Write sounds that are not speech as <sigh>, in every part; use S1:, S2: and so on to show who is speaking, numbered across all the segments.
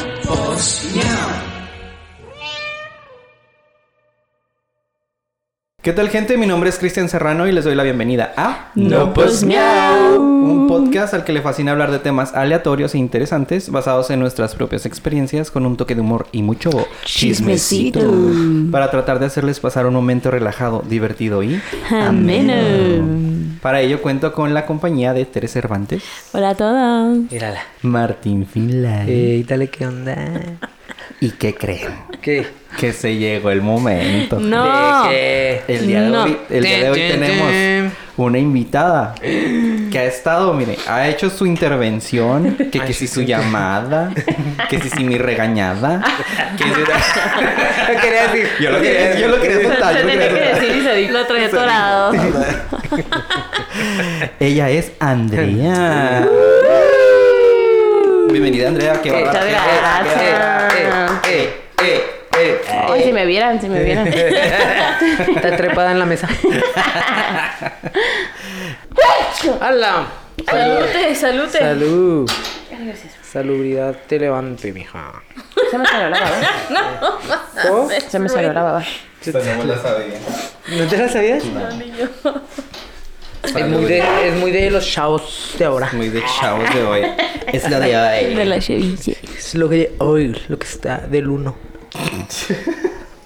S1: No os miau.
S2: ¿Qué tal gente? Mi nombre es Cristian Serrano y les doy la bienvenida a
S3: No, pues, miau.
S2: un podcast al que le fascina hablar de temas aleatorios e interesantes basados en nuestras propias experiencias con un toque de humor y mucho
S3: Chismecito.
S2: para tratar de hacerles pasar un momento relajado, divertido
S3: <laughs>
S2: y
S3: Ameno.
S2: para ello cuento con la compañía de Teres Cervantes,
S3: Hola a todos.
S4: Mírala.
S2: Martín Finlay
S4: Ey, Eh, dale, ¿qué onda?
S2: Eh, y ¿qué creen?
S4: ¿Qué?
S2: Que se llegó el momento.
S3: No.
S4: ¿De qué?
S2: El día de
S3: No.
S2: hoy, el día de hoy
S4: Tin, tin,
S2: tenemos
S4: tin.
S2: una invitada que ha estado, mire, ha hecho su intervención, que, que si su llamada, que si, si mi regañada, que
S3: <laughs>
S2: si
S4: Lo quería decir.
S2: Yo lo quería, yo lo quería soltar, yo
S3: Se
S2: lo
S3: tenía
S2: quería
S3: que <laughs>
S2: soltar.
S3: decir y se dijo, lo traía atorado.
S2: <laughs> Ella es Andrea. Bienvenida Andrea, qué
S3: Muchas
S2: bárbara.
S3: gracias.
S4: Eh, eh, eh, eh.
S3: Ay, si me vieran, si me <laughs> vieran.
S4: Está trepada en la mesa. ¡Hala!
S3: Salute, salute.
S4: Salud. Salubridad te levante, mija.
S5: Se me salió la
S3: <laughs>
S5: baba.
S4: ¿Oh?
S5: Se me salió la baba.
S4: ¿No te la sabías? Es muy, de, es muy de los chavos de ahora.
S2: Muy de chavos de hoy. <laughs> Es la de
S3: De
S2: hoy.
S3: la cheviche.
S4: Es lo que hoy, lo que está del uno.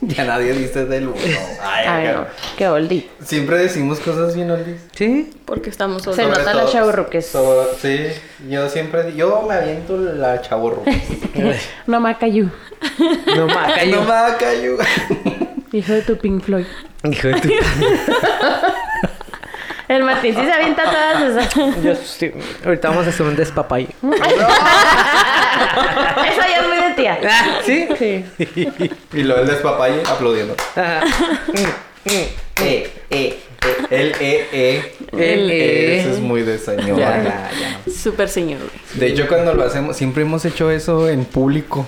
S2: Ya nadie dice del uno. Ay,
S5: Ay, no. Qué oldie.
S2: Siempre decimos cosas bien oldies.
S4: ¿Sí?
S3: Porque estamos
S5: Se
S3: solos.
S2: Sobre
S5: nota la
S2: todo-
S5: chavorruques.
S2: sobre- sí, yo siempre. Yo me aviento la chavorruques.
S5: No Macayu.
S4: No, <laughs> maca,
S2: <laughs> no me haga callo. <laughs>
S5: Hijo de tu Pink Floyd.
S4: Hijo de tu...
S5: El Martín sí se avienta todas esas.
S3: <laughs>
S4: Yo sí. Ahorita vamos a hacer un despapayo.
S5: Eso ya es muy de tía.
S4: Ah, ¿Sí?
S5: Sí.
S2: <laughs> Y luego el despapalle aplaudiendo.
S4: Ajá. Mm,
S2: Eh, eh, eh. El eh, eh.
S4: El eh.
S2: Eso es muy de señora.
S3: Súper señor.
S2: De hecho, cuando lo hacemos, siempre hemos hecho eso en público.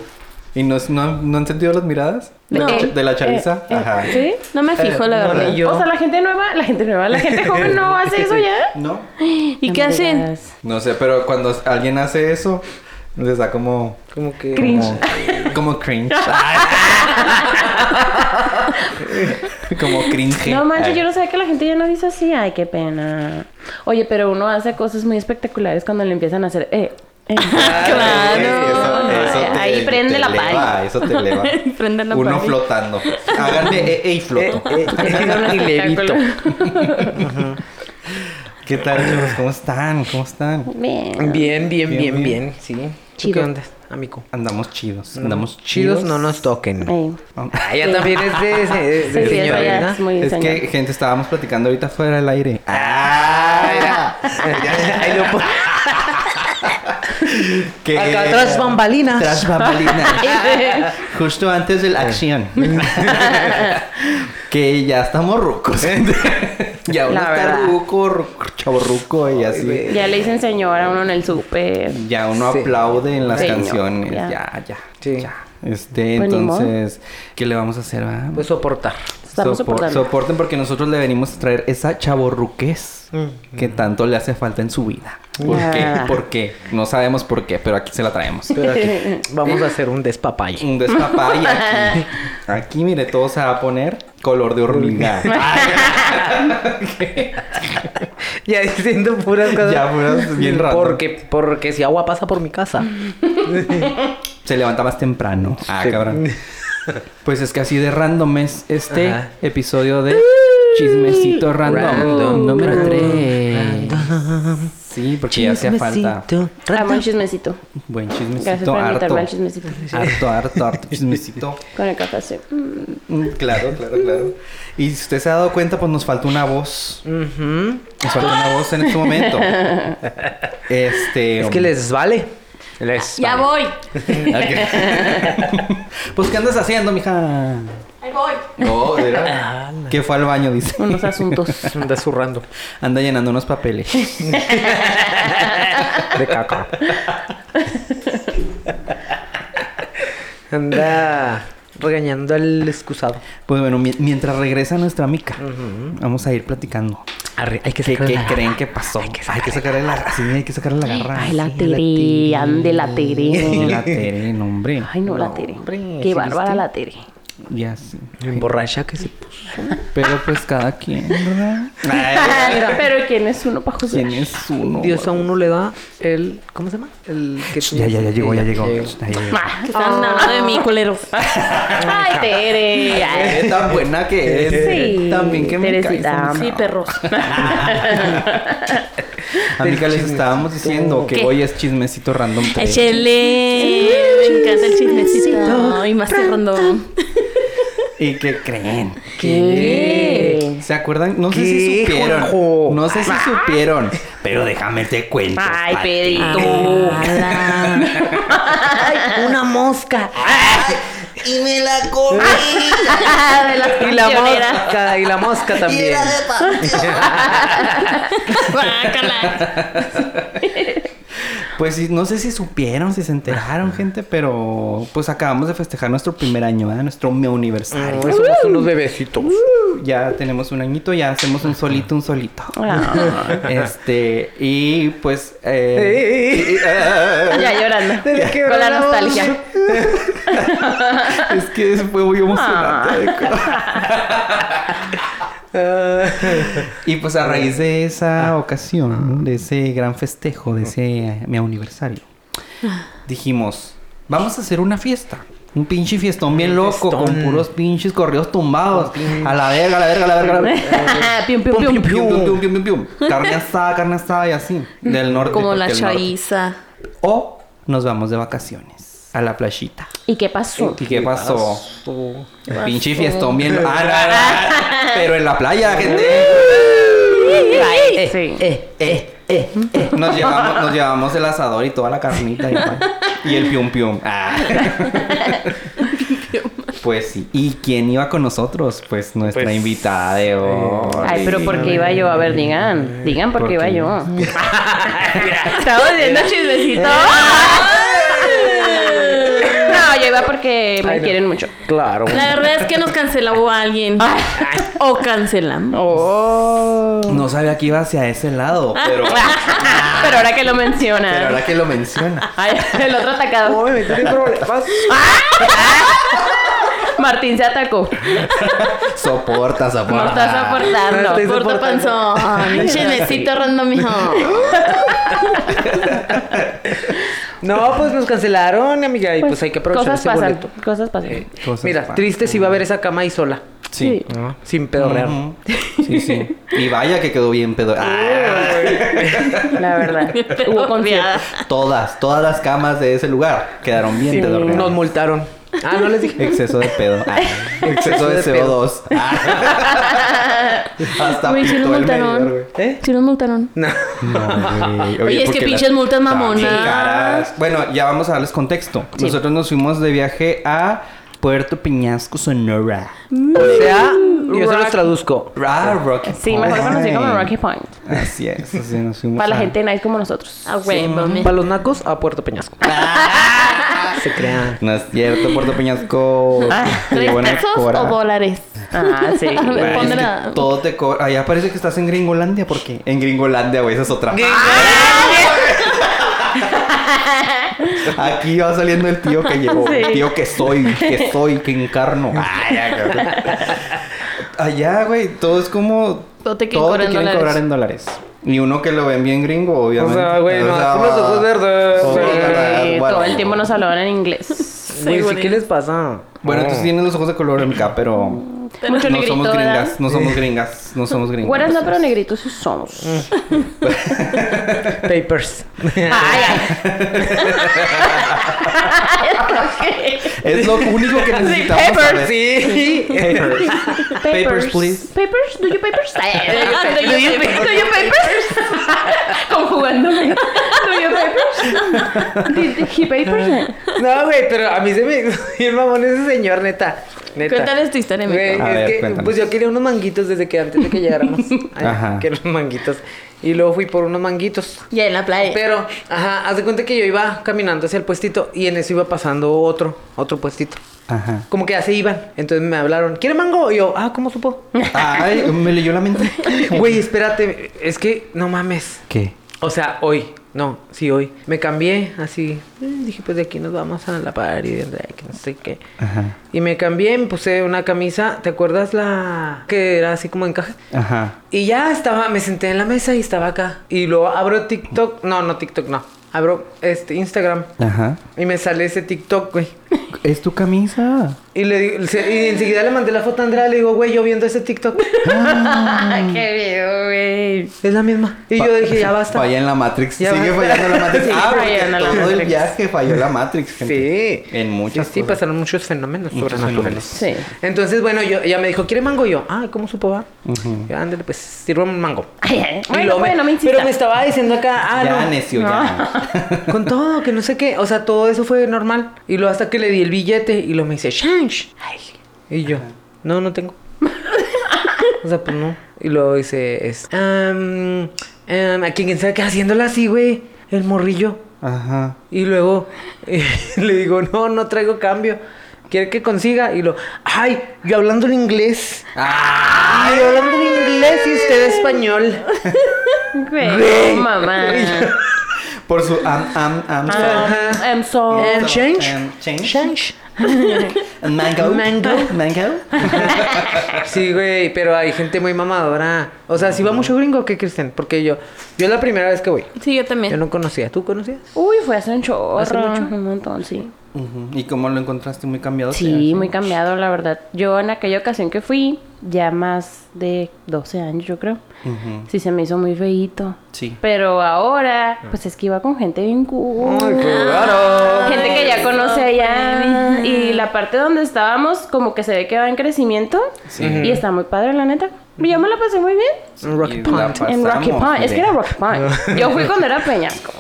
S2: ¿Y no, no, han- no han sentido las miradas? ¿De, Eh,
S5: No.
S2: la, cha- de la chaviza?
S5: Eh, eh,
S2: Ajá.
S5: ¿Sí?
S3: No me fijo, la
S4: no,
S3: verdad.
S4: ni yo.
S5: O sea, la gente nueva, la gente nueva, la gente joven
S2: <laughs>
S5: no hace eso ya.
S2: ¿No?
S3: ¿Y
S5: No
S3: qué
S5: me
S3: hacen?
S5: digas.
S2: No sé, pero cuando alguien hace eso, les da como.
S4: Como que...
S2: Como, como
S5: <laughs>
S2: cringe. <laughs> como cringe.
S5: No manches, yo no sabía que la gente ya no dice así. Ay, qué pena. Oye, pero uno hace cosas muy espectaculares cuando le empiezan a hacer. Eh,
S2: <laughs>
S5: eh.
S3: Claro.
S2: Eso- eso te-
S5: Ahí prende
S2: te
S5: la
S2: eleva,
S5: pari.
S2: Eso te
S5: <laughs>
S2: eleva.
S3: Prende la
S2: Uno
S3: pari.
S2: flotando. Háganme eh, eh, y floto.
S4: Eh,
S2: <laughs>
S4: eh. Y levito.
S2: ¿Qué tal, chicos? ¿Cómo están? ¿Cómo están? <laughs>
S5: Bien.
S4: Bien, bien,
S2: Bien,
S4: bien,
S2: bien.
S4: bien. Sí. ¿Tú
S5: Chido.
S4: ¿Qué onda, amigo?
S2: Andamos chidos. Andamos chidos.
S4: Chidos no nos toquen.
S5: Ey.
S4: Ah, ya también es de, de,
S5: Sí,
S4: de
S5: sí, eso
S4: señor,
S5: ya
S4: ¿verdad?
S5: es muy
S2: Es
S5: señor.
S2: que, gente, estábamos platicando ahorita fuera del aire.
S4: Ah, mira. Ahí lo pon-
S2: <laughs> Que-
S4: Acá tras bambalinas.
S2: Tras
S5: <laughs>
S2: bambalinas. Justo antes
S5: Eh.
S2: de la acción. que ya estamos
S5: <laughs>
S2: rucos. ya uno
S5: La
S2: está
S5: verdad.
S2: ruco, ruco, chavorruco y así.
S4: güey.
S5: Ya le dicen señora a uno en el súper.
S2: Ya uno
S4: Sí.
S2: aplaude en las
S5: Señor,
S2: canciones.
S5: ya.
S2: Ya, ya,
S4: Sí.
S2: ya. Este,
S5: Pues ni modo.
S2: entonces, ¿qué le vamos a hacer? va?
S4: Pues soportar.
S5: Estamos
S2: Sopor-
S5: soportando.
S2: Soporten porque nosotros le venimos a traer esa chaborruquez
S5: Mm.
S2: que tanto le hace falta en su vida. ¿Por
S5: Ah.
S2: qué? ¿Por qué? No sabemos por qué, pero aquí se la traemos.
S5: Pues
S4: Pero aquí vamos a hacer un despapay.
S2: Un despapay aquí. Aquí, mire, todo se va a poner color de hormiga.
S4: <laughs> Ya diciendo puras cosas.
S2: Ya, puras bien random.
S4: Porque, porque si agua pasa por mi casa.
S2: <laughs> Se levanta más temprano. Ah,
S4: Sí.
S2: cabrón. Pues es que así de random es este
S4: Ajá.
S2: episodio de Chismecito Random,
S4: Random.
S2: número
S4: Random.
S2: 3. Sí, porque ya hacía falta.
S5: Amo el chismecito.
S2: Buen chismecito.
S5: Gracias por
S2: harto.
S5: invitarme al chismecito.
S2: Harto, harto, harto chismecito.
S5: Con el café sí. Mm.
S2: Mm, Claro, claro, claro. Y si usted se ha dado cuenta, pues nos falta una voz.
S4: Ujú.
S2: Nos falta una voz en este momento. Este.
S4: Es que les vale. Les
S3: Ya
S4: vale.
S3: voy.
S2: Ok. <laughs> pues, ¿qué andas haciendo, mija?
S3: Ahí voy.
S2: No, era. Que fue al baño, dice.
S5: Unos
S3: <laughs>
S5: asuntos.
S4: Anda zurrando.
S2: Anda llenando unos
S5: <laughs>
S2: papeles.
S4: De caca. Anda regañando al excusado.
S2: Pues bueno, mi- mientras regresa nuestra mica, vamos a ir platicando.
S4: Arre, hay que
S2: ¿Qué,
S4: sacar
S2: qué
S4: la-
S2: creen que pasó? Hay que sacarle la garra. Sí, hay que sacarle la garra.
S5: Ay, la
S4: sí, la
S5: Tere,
S4: Tere.
S5: ande la
S2: Sí,
S5: Tere.
S2: <laughs> la Tere, no, hombre.
S5: Ay, no, la
S4: No,
S5: Tere.
S4: hombre,
S5: Qué
S4: ¿sí
S5: bárbara
S4: viste?
S5: la Tere.
S2: Ya sí.
S4: Borracha que se puso.
S2: Pero pues cada quien, ¿verdad?
S5: <laughs> Pero ¿quién es uno para juzgar?
S2: ¿Quién es uno?
S4: Dios a uno le da el. ¿Cómo se llama? El que
S2: Ya, ya, ya llegó, ya llegó. Ya llegó.
S5: Ah,
S3: Que están hablando de mí, culeros.
S5: <laughs> Ay, Tere. ay.
S2: Eh, tan buena que es.
S5: Sí,
S2: También que me caes.
S5: Teresita.
S2: amiga.
S3: Sí, perros.
S2: <laughs> Amiga, les estábamos diciendo que
S3: ¿Qué?
S2: hoy es chismecito random. tres.
S3: Échele. Me encanta el chismecito. Y más cerrando.
S2: ¿Y qué creen?
S5: ¿Qué? Ah.
S2: ¿Se acuerdan? No sé si
S4: ¿Qué,
S2: supieron.
S4: Juanjo?
S2: No sé si supieron. Pero déjame te cuento.
S5: Ay,
S2: Pati.
S5: Pedrito.
S4: Una mosca.
S1: Y me la
S5: <laughs>
S1: comí.
S5: De las
S4: Y la
S5: cancioneras.
S3: <laughs>
S4: mosca, y
S5: <laughs>
S4: la mosca también.
S2: <laughs> Pues sí, no sé si supieron, si se
S3: Ah.
S2: enteraron, gente, pero pues acabamos de festejar nuestro primer año, ¿verdad? Nuestro
S3: Mm,
S2: mi aniversario.
S4: Ay, pues
S5: uh.
S4: somos unos bebecitos.
S2: Ya tenemos un añito, ya hacemos un solito, un <laughs> solito.
S5: Ah,
S2: Este, y pues... eh,
S5: <laughs>
S4: Ey.
S5: Ya
S4: <laughs>
S5: llorando.
S4: Desde que
S5: Con la
S4: grabamos.
S5: nostalgia.
S2: es que fue muy emocionante.
S4: Ah.
S2: Y pues a raíz de esa ocasión, de ese gran festejo, de ese eh, mi aniversario, dijimos, vamos a hacer una fiesta. Un pinche fiestón bien loco,
S4: Fiestón.
S2: con puros pinches corridos tumbados. A la verga, a la verga, a la verga, a la verga.
S5: <laughs> Pium, pium,
S2: <laughs> Pum, pium, pium,
S5: pium.
S2: pium, pium, pium, pium, pium. Carne asada, carne asada y así. Del norte.
S3: Como
S2: porque
S3: la
S2: el norte.
S3: chaiza.
S2: O nos vamos de vacaciones a la playita.
S5: ¿Y qué pasó?
S2: ¿Y qué pasó?
S4: pasó?
S2: El pinche fiestón bien. lo- Ah, no, no, no. Pero en la playa, gente.
S5: Sí. eh.
S4: Eh,
S2: Nos llevamos, nos llevamos el asador y toda la carnita y, pan. Y el pium pium. Ah. Pues sí. ¿Y quién iba con nosotros? Pues nuestra
S4: Pues,
S2: invitada de hoy.
S5: Ay, pero ¿por qué iba yo? A ver, digan. Digan por qué
S2: Porque-
S5: iba
S4: <laughs>
S5: yo. <laughs> Estamos viendo
S4: Eh.
S5: chismecito. No, yo iba porque me
S4: Ay, no.
S5: quieren mucho.
S4: Claro.
S3: La verdad es que nos canceló a alguien. O cancelamos.
S5: Oh.
S2: No sabía que iba hacia ese lado, pero,
S4: Ah.
S5: Pero ahora que lo
S2: pero
S5: mencionas.
S2: ahora que lo menciona.
S5: Ay, el otro atacado.
S4: No me metí en
S5: <laughs>
S4: problemas.
S5: Martín se atacó.
S2: Soporta,
S5: Ah, No estás
S2: soporta.
S5: soportando.
S4: Ah. estoy
S3: Corto
S4: soportando.
S3: panzón. Chismecito random, mijo.
S4: No, pues nos cancelaron, amiga. Y pues, hay que aprovechar
S5: Cosas
S4: ese
S5: pasan.
S4: boleto.
S5: Cosas pasan.
S4: Eh,
S2: Cosas
S4: Mira,
S2: pasan.
S4: triste si va a ver esa cama ahí sola.
S2: Sí.
S4: ¿no? Sin pedorrear.
S2: Ujú. Sí, sí. Y vaya que quedó bien pedo. Ah,
S5: La
S4: <laughs>
S5: verdad. Hubo concierto.
S2: todas, todas las camas de ese lugar quedaron bien
S4: Sí,
S2: pedorreadas.
S4: Nos multaron. Ah, no les dije.
S2: Exceso de pedo.
S5: <laughs>
S2: Ah, exceso de,
S4: de pedo.
S2: CO2. Ah. Hasta
S3: Güey, sí
S2: pitó
S3: nos
S2: el
S3: multaron.
S2: medidor, güey.
S4: ¿Eh?
S3: Sí nos multaron.
S4: No.
S2: No, <laughs> güey.
S3: Oye, es que
S2: porque
S3: pinches multas
S2: Está
S3: mamonas.
S2: bien caras. Bueno, ya vamos a darles contexto. Nosotros nos fuimos de viaje a Puerto Peñasco, Sonora.
S4: O sea, yo se los traduzco.
S2: Ra, Rocky
S5: Sí, mejor conocido como Rocky Point.
S2: Así es, así nos fuimos.
S5: Para la
S2: a- <laughs>
S5: gente nice como nosotros.
S3: A huevo, mi-
S4: Para los nacos a Puerto Peñasco.
S2: Ah.
S4: Se crean.
S2: No es cierto, Puerto Peñasco. te
S3: Ah, ¿Tres
S2: llevan a
S3: pesos
S2: cobra.
S3: o dólares?
S5: Ah, sí.
S3: <laughs> A ver,
S2: Güey, es que
S3: Pondrá-
S2: todo te cobra. Allá parece que estás en Gringolandia, porque en Gringolandia, güey, esa es otra.
S4: Ah,
S2: Aquí va saliendo el tío que llegó,
S5: Sí.
S2: el tío que soy, que soy, que
S3: <laughs>
S2: encarno. Ay, acá. Allá, güey, todo es como.
S3: Todo te quieren
S2: todo
S3: cobrar en
S2: quieren
S3: dólares.
S2: cobrar en dólares. Y uno que lo ven bien gringo, obviamente.
S4: O sea, güey, no, con los ojos verdes.
S2: ojos
S5: Sí,
S2: verdes,
S5: todo
S2: bueno.
S5: el tiempo nos hablaban en inglés.
S4: Güey, sí,
S3: Seguro.
S4: ¿qué les pasa?
S2: Bueno, entonces tienen los ojos de color acá, pero.
S4: <laughs>
S5: Mucho
S2: no
S5: negrito,
S2: somos
S5: ¿verdad?
S2: gringas, no somos gringas, no somos gringas.
S5: Güeras no, pero negritos sí somos.
S4: Ah. Papers.
S5: <laughs> Ay, ay.
S2: Es lo único
S4: <laughs>
S2: que necesitamos. saber. <laughs>
S4: Papers, <laughs> sí. Papers.
S5: Papers.
S2: please.
S5: Papers, do you <laughs> papers? Ay, ay,
S3: Do
S5: ay.
S3: you
S5: Do you
S3: papers?
S5: papers? Do you papers? Conjugándome. Do you papers? Did he papers?
S4: No, güey, pero a mí se me <laughs> hizo bien mamón ese señor, neta. neta.
S3: Cuéntales tu historia, mi
S4: Güey,
S2: A
S4: es
S2: ver,
S4: que,
S2: cuéntanos.
S4: pues yo quería unos manguitos desde que antes de que
S2: <laughs>
S4: llegáramos. Ay,
S2: Ajá.
S4: Que unos manguitos. Y luego fui por unos manguitos.
S3: Ya en la playa.
S4: Pero, ajá, haz de cuenta que yo iba caminando hacia el puestito y en eso iba pasando otro, otro puestito. <laughs>
S2: Ajá.
S4: Como que así iban. Entonces me hablaron, ¿quiere mango? Y yo, ah, ¿cómo supo?
S2: Ay, me leyó la mente.
S4: Güey, espérate, es que no mames.
S2: ¿Qué?
S4: O sea, hoy, no, sí, hoy. Me cambié así. mm, Dije, pues de aquí nos vamos a la party, de que no sé qué.
S2: Ajá.
S4: Y me cambié, me puse una camisa, ¿te acuerdas la que era así como encaje?
S2: Ajá.
S4: Y ya estaba, me senté en la mesa y estaba acá. Y luego abro TikTok, no, no TikTok, no. Abro este Instagram
S2: Ajá.
S4: y me sale ese TikTok, güey.
S2: Es tu camisa.
S4: Y, le, di- se- y enseguida le mandé la foto a Andrea, le digo, güey, yo viendo ese TikTok. <laughs>
S5: Ay, qué video, güey.
S4: Es la misma. Y yo dije, ya basta.
S2: Falla en la Matrix.
S4: Ya
S2: Sigue
S4: basta.
S2: fallando
S4: <laughs>
S2: la Matrix.
S4: Sigue
S2: ah, porque
S5: fallando la
S2: todo el
S5: Matrix.
S2: viaje falló la Matrix, gente.
S4: Sí.
S2: En muchas
S4: Sí, sí,
S2: cosas.
S4: pasaron muchos fenómenos
S2: Muchos
S4: sobrenaturales.
S5: Sí.
S4: Entonces, bueno, yo, ella me dijo, ¿quiere mango? Y yo, ah, ¿cómo supo, va?
S2: Ujú.
S4: Yo, Ándale, pues, sirvo un mango.
S5: Ay, ay.
S4: Y
S5: Bueno,
S4: luego
S5: bueno, me insista.
S4: Pero me estaba diciendo acá, ah,
S2: ya,
S4: no,
S2: necio, ya.
S4: Con todo, que no sé qué. O sea, todo eso fue normal. Y luego hasta que le di el billete y lo me dice, change. Ay. Y yo, no, no tengo. <laughs> o sea, pues no. Y luego dice, es, "Am, am", a quien sabe qué haciéndola así, güey. El morrillo.
S2: Ajá.
S4: Y luego <laughs> eh, le digo, no, no traigo cambio. ¿Quiere que consiga? Y lo, ay, yo hablando en inglés.
S2: Ah,
S4: Ay, yo hablando en inglés y usted español.
S5: Güey, no, mamá.
S2: por su am, am, am.
S5: Ah, I'm so...
S4: And change.
S2: And change.
S4: Change.
S2: And Mango.
S4: Mango.
S2: <laughs>
S5: <laughs>
S2: Mango.
S4: Sí, güey, pero hay gente muy mamadora. O sea, si va mucho gringo, ¿qué, Cristian? Porque yo, yo es la primera vez que voy.
S3: Sí, yo
S4: Yo
S3: también.
S4: no conocía. ¿Tú conocías?
S5: Uy, fue hace un chorro.
S4: ¿Hace mucho?
S5: Un montón, sí.
S2: Ujú. ¿Y cómo lo encontraste? ¿Muy cambiado?
S5: Sí, muy cambiado, la verdad. Yo en aquella ocasión que fui, ya más de 12 años, yo creo.
S2: Ujú.
S5: Sí, se me hizo muy feíto.
S2: Sí.
S5: Pero ahora, pues es que iba con gente bien cool.
S4: Ah. claro!
S5: Gente que ya conoce allá. Y la parte donde estábamos, como que se ve que va en crecimiento.
S2: Sí.
S5: Y está muy padre, la neta. Yo me la pasé muy bien.
S4: Un Rocky
S2: Y
S4: Pond.
S2: la
S5: en
S2: pasamos,
S5: Rocky Pond. Es
S2: mire.
S5: que era Rocky Pond. Yo fui cuando era Peñasco.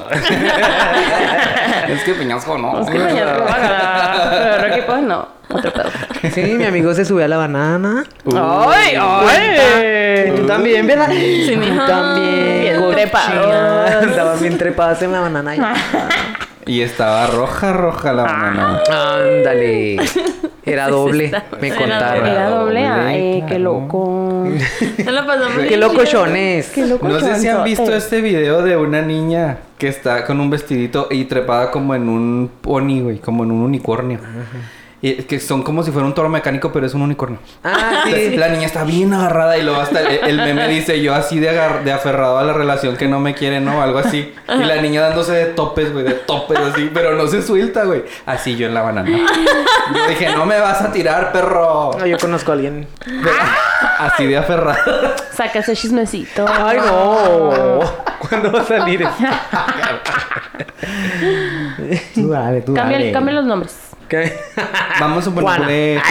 S2: <laughs> es que peñasco, ¿no?
S5: Es que Peñasco, guácala. Pero Rocky Pond no. Otro pedo.
S4: Sí, mi amigo se subió a la banana.
S5: ¡Ay, ay!
S4: Y tú también, ¿verdad? Sí,
S3: mi
S4: Tú
S3: hija.
S4: también.
S5: Bien
S4: cochina.
S5: trepados. Ah.
S4: Estaban bien trepadas en la banana. ya.
S2: Y estaba roja, roja la banana.
S5: <laughs>
S4: Ándale. Era doble, me
S5: Era
S4: contaron.
S5: doble, ay,
S2: claro.
S5: qué loco.
S3: No la pasamos
S4: Qué
S3: bien chido.
S4: locochones.
S2: <laughs>
S5: Qué loco. Eh,
S2: No sé si han visto
S4: Eh.
S5: chonzote.
S2: este video de una niña que está con un vestidito y trepada como en un pony, güey, como en un unicornio. Y que son como si fuera un toro mecánico, pero es un unicornio.
S4: Ah,
S2: Entonces,
S4: sí.
S2: La niña está bien agarrada y luego hasta el, el meme dice yo así de, agar- de aferrado a la relación que no me quiere, ¿no? Algo así. Y la niña dándose de topes, güey, de topes así, pero no se suelta, güey. Así yo en la banana. Yo dije, no me vas a tirar, perro.
S4: No, yo conozco a alguien.
S2: Pero
S4: Ah.
S2: así de aferrado.
S5: Saca ese chismecito.
S4: Ay, no. <laughs> ¿Cuándo va a salir? tú dale, tú
S5: Cambia, cambia los nombres.
S2: Vamos a
S4: Juana.
S2: ponerle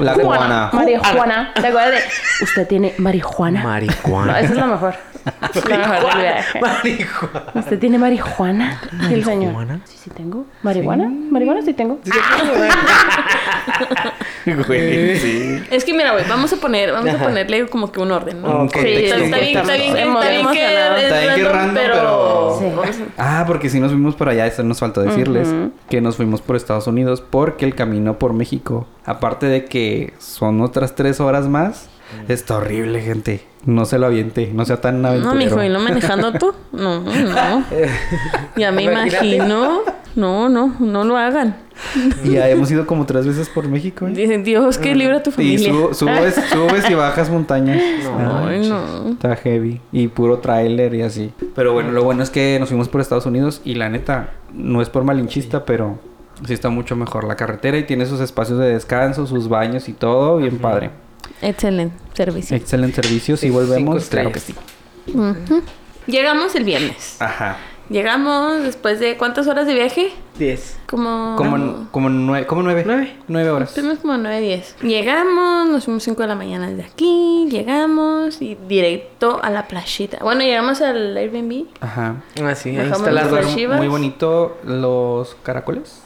S2: la cubana.
S5: María Juana. ¿Te acuerdas de? Usted tiene marihuana. No,
S4: Marihuana.
S5: eso
S2: <laughs>
S5: es lo mejor. Es lo mejor del viaje.
S4: Marihuana.
S5: ¿Usted tiene marihuana? Sí, el señor. Sí, sí tengo. ¿Marihuana? ¿Marihuana sí tengo?
S4: Eh.
S2: Güey, sí.
S3: Es que mira, güey, vamos a poner, vamos a ponerle como que un orden, ¿no?
S2: Un
S3: Sí,
S2: contexto,
S3: está,
S2: un
S3: está bien, está bien, que-
S5: contexto.
S3: está bien que
S5: Emocionados.
S3: es
S2: Está bien que
S3: random,
S2: random,
S3: pero...
S2: pero-
S3: vamos a-
S2: Ah, porque si nos fuimos para allá, eso nos faltó decirles. Que nos fuimos por Estados Unidos porque el camino por México, aparte de que son otras tres horas más, está horrible, gente. No se lo aviente, no sea tan
S3: No,
S2: aventurero.
S3: mijo, ¿y no manejando tú? No, no. Ya me
S4: Imagínate.
S3: imagino. No, no, no lo hagan.
S2: Y ya hemos ido como tres veces por
S3: <laughs>
S2: México. ¿eh?
S3: Dicen, Dios, que libra a tu
S2: Y
S3: familia.
S2: su-
S3: <laughs>
S2: subes, subes y bajas montañas. Ah,
S3: Ay, no.
S2: Está heavy. Y puro tráiler y así. Pero bueno, lo bueno es que nos fuimos por Estados Unidos y la neta, no es por malinchista, pero sí está mucho mejor la carretera y tiene sus espacios de descanso, sus baños y todo. Bien padre.
S3: Excelente servicio.
S2: Excelente servicio. Si volvemos, claro que sí.
S3: Ujú. Llegamos el viernes.
S2: Ajá.
S3: Llegamos después de cuántas horas de viaje?
S4: 10.
S3: Como.
S2: Como, como, nueve, como nueve.
S4: Nueve.
S2: Nueve horas.
S3: Estuvimos como 9, 10. Llegamos, nos fuimos 5 de la mañana desde aquí, llegamos y directo a la playita. Bueno, llegamos al Airbnb.
S2: Ajá.
S4: Ah, sí, ahí
S3: Bajamos
S4: está la
S3: Las
S2: Lugar
S4: ropa.
S3: archivas.
S2: Muy bonito. Los caracoles.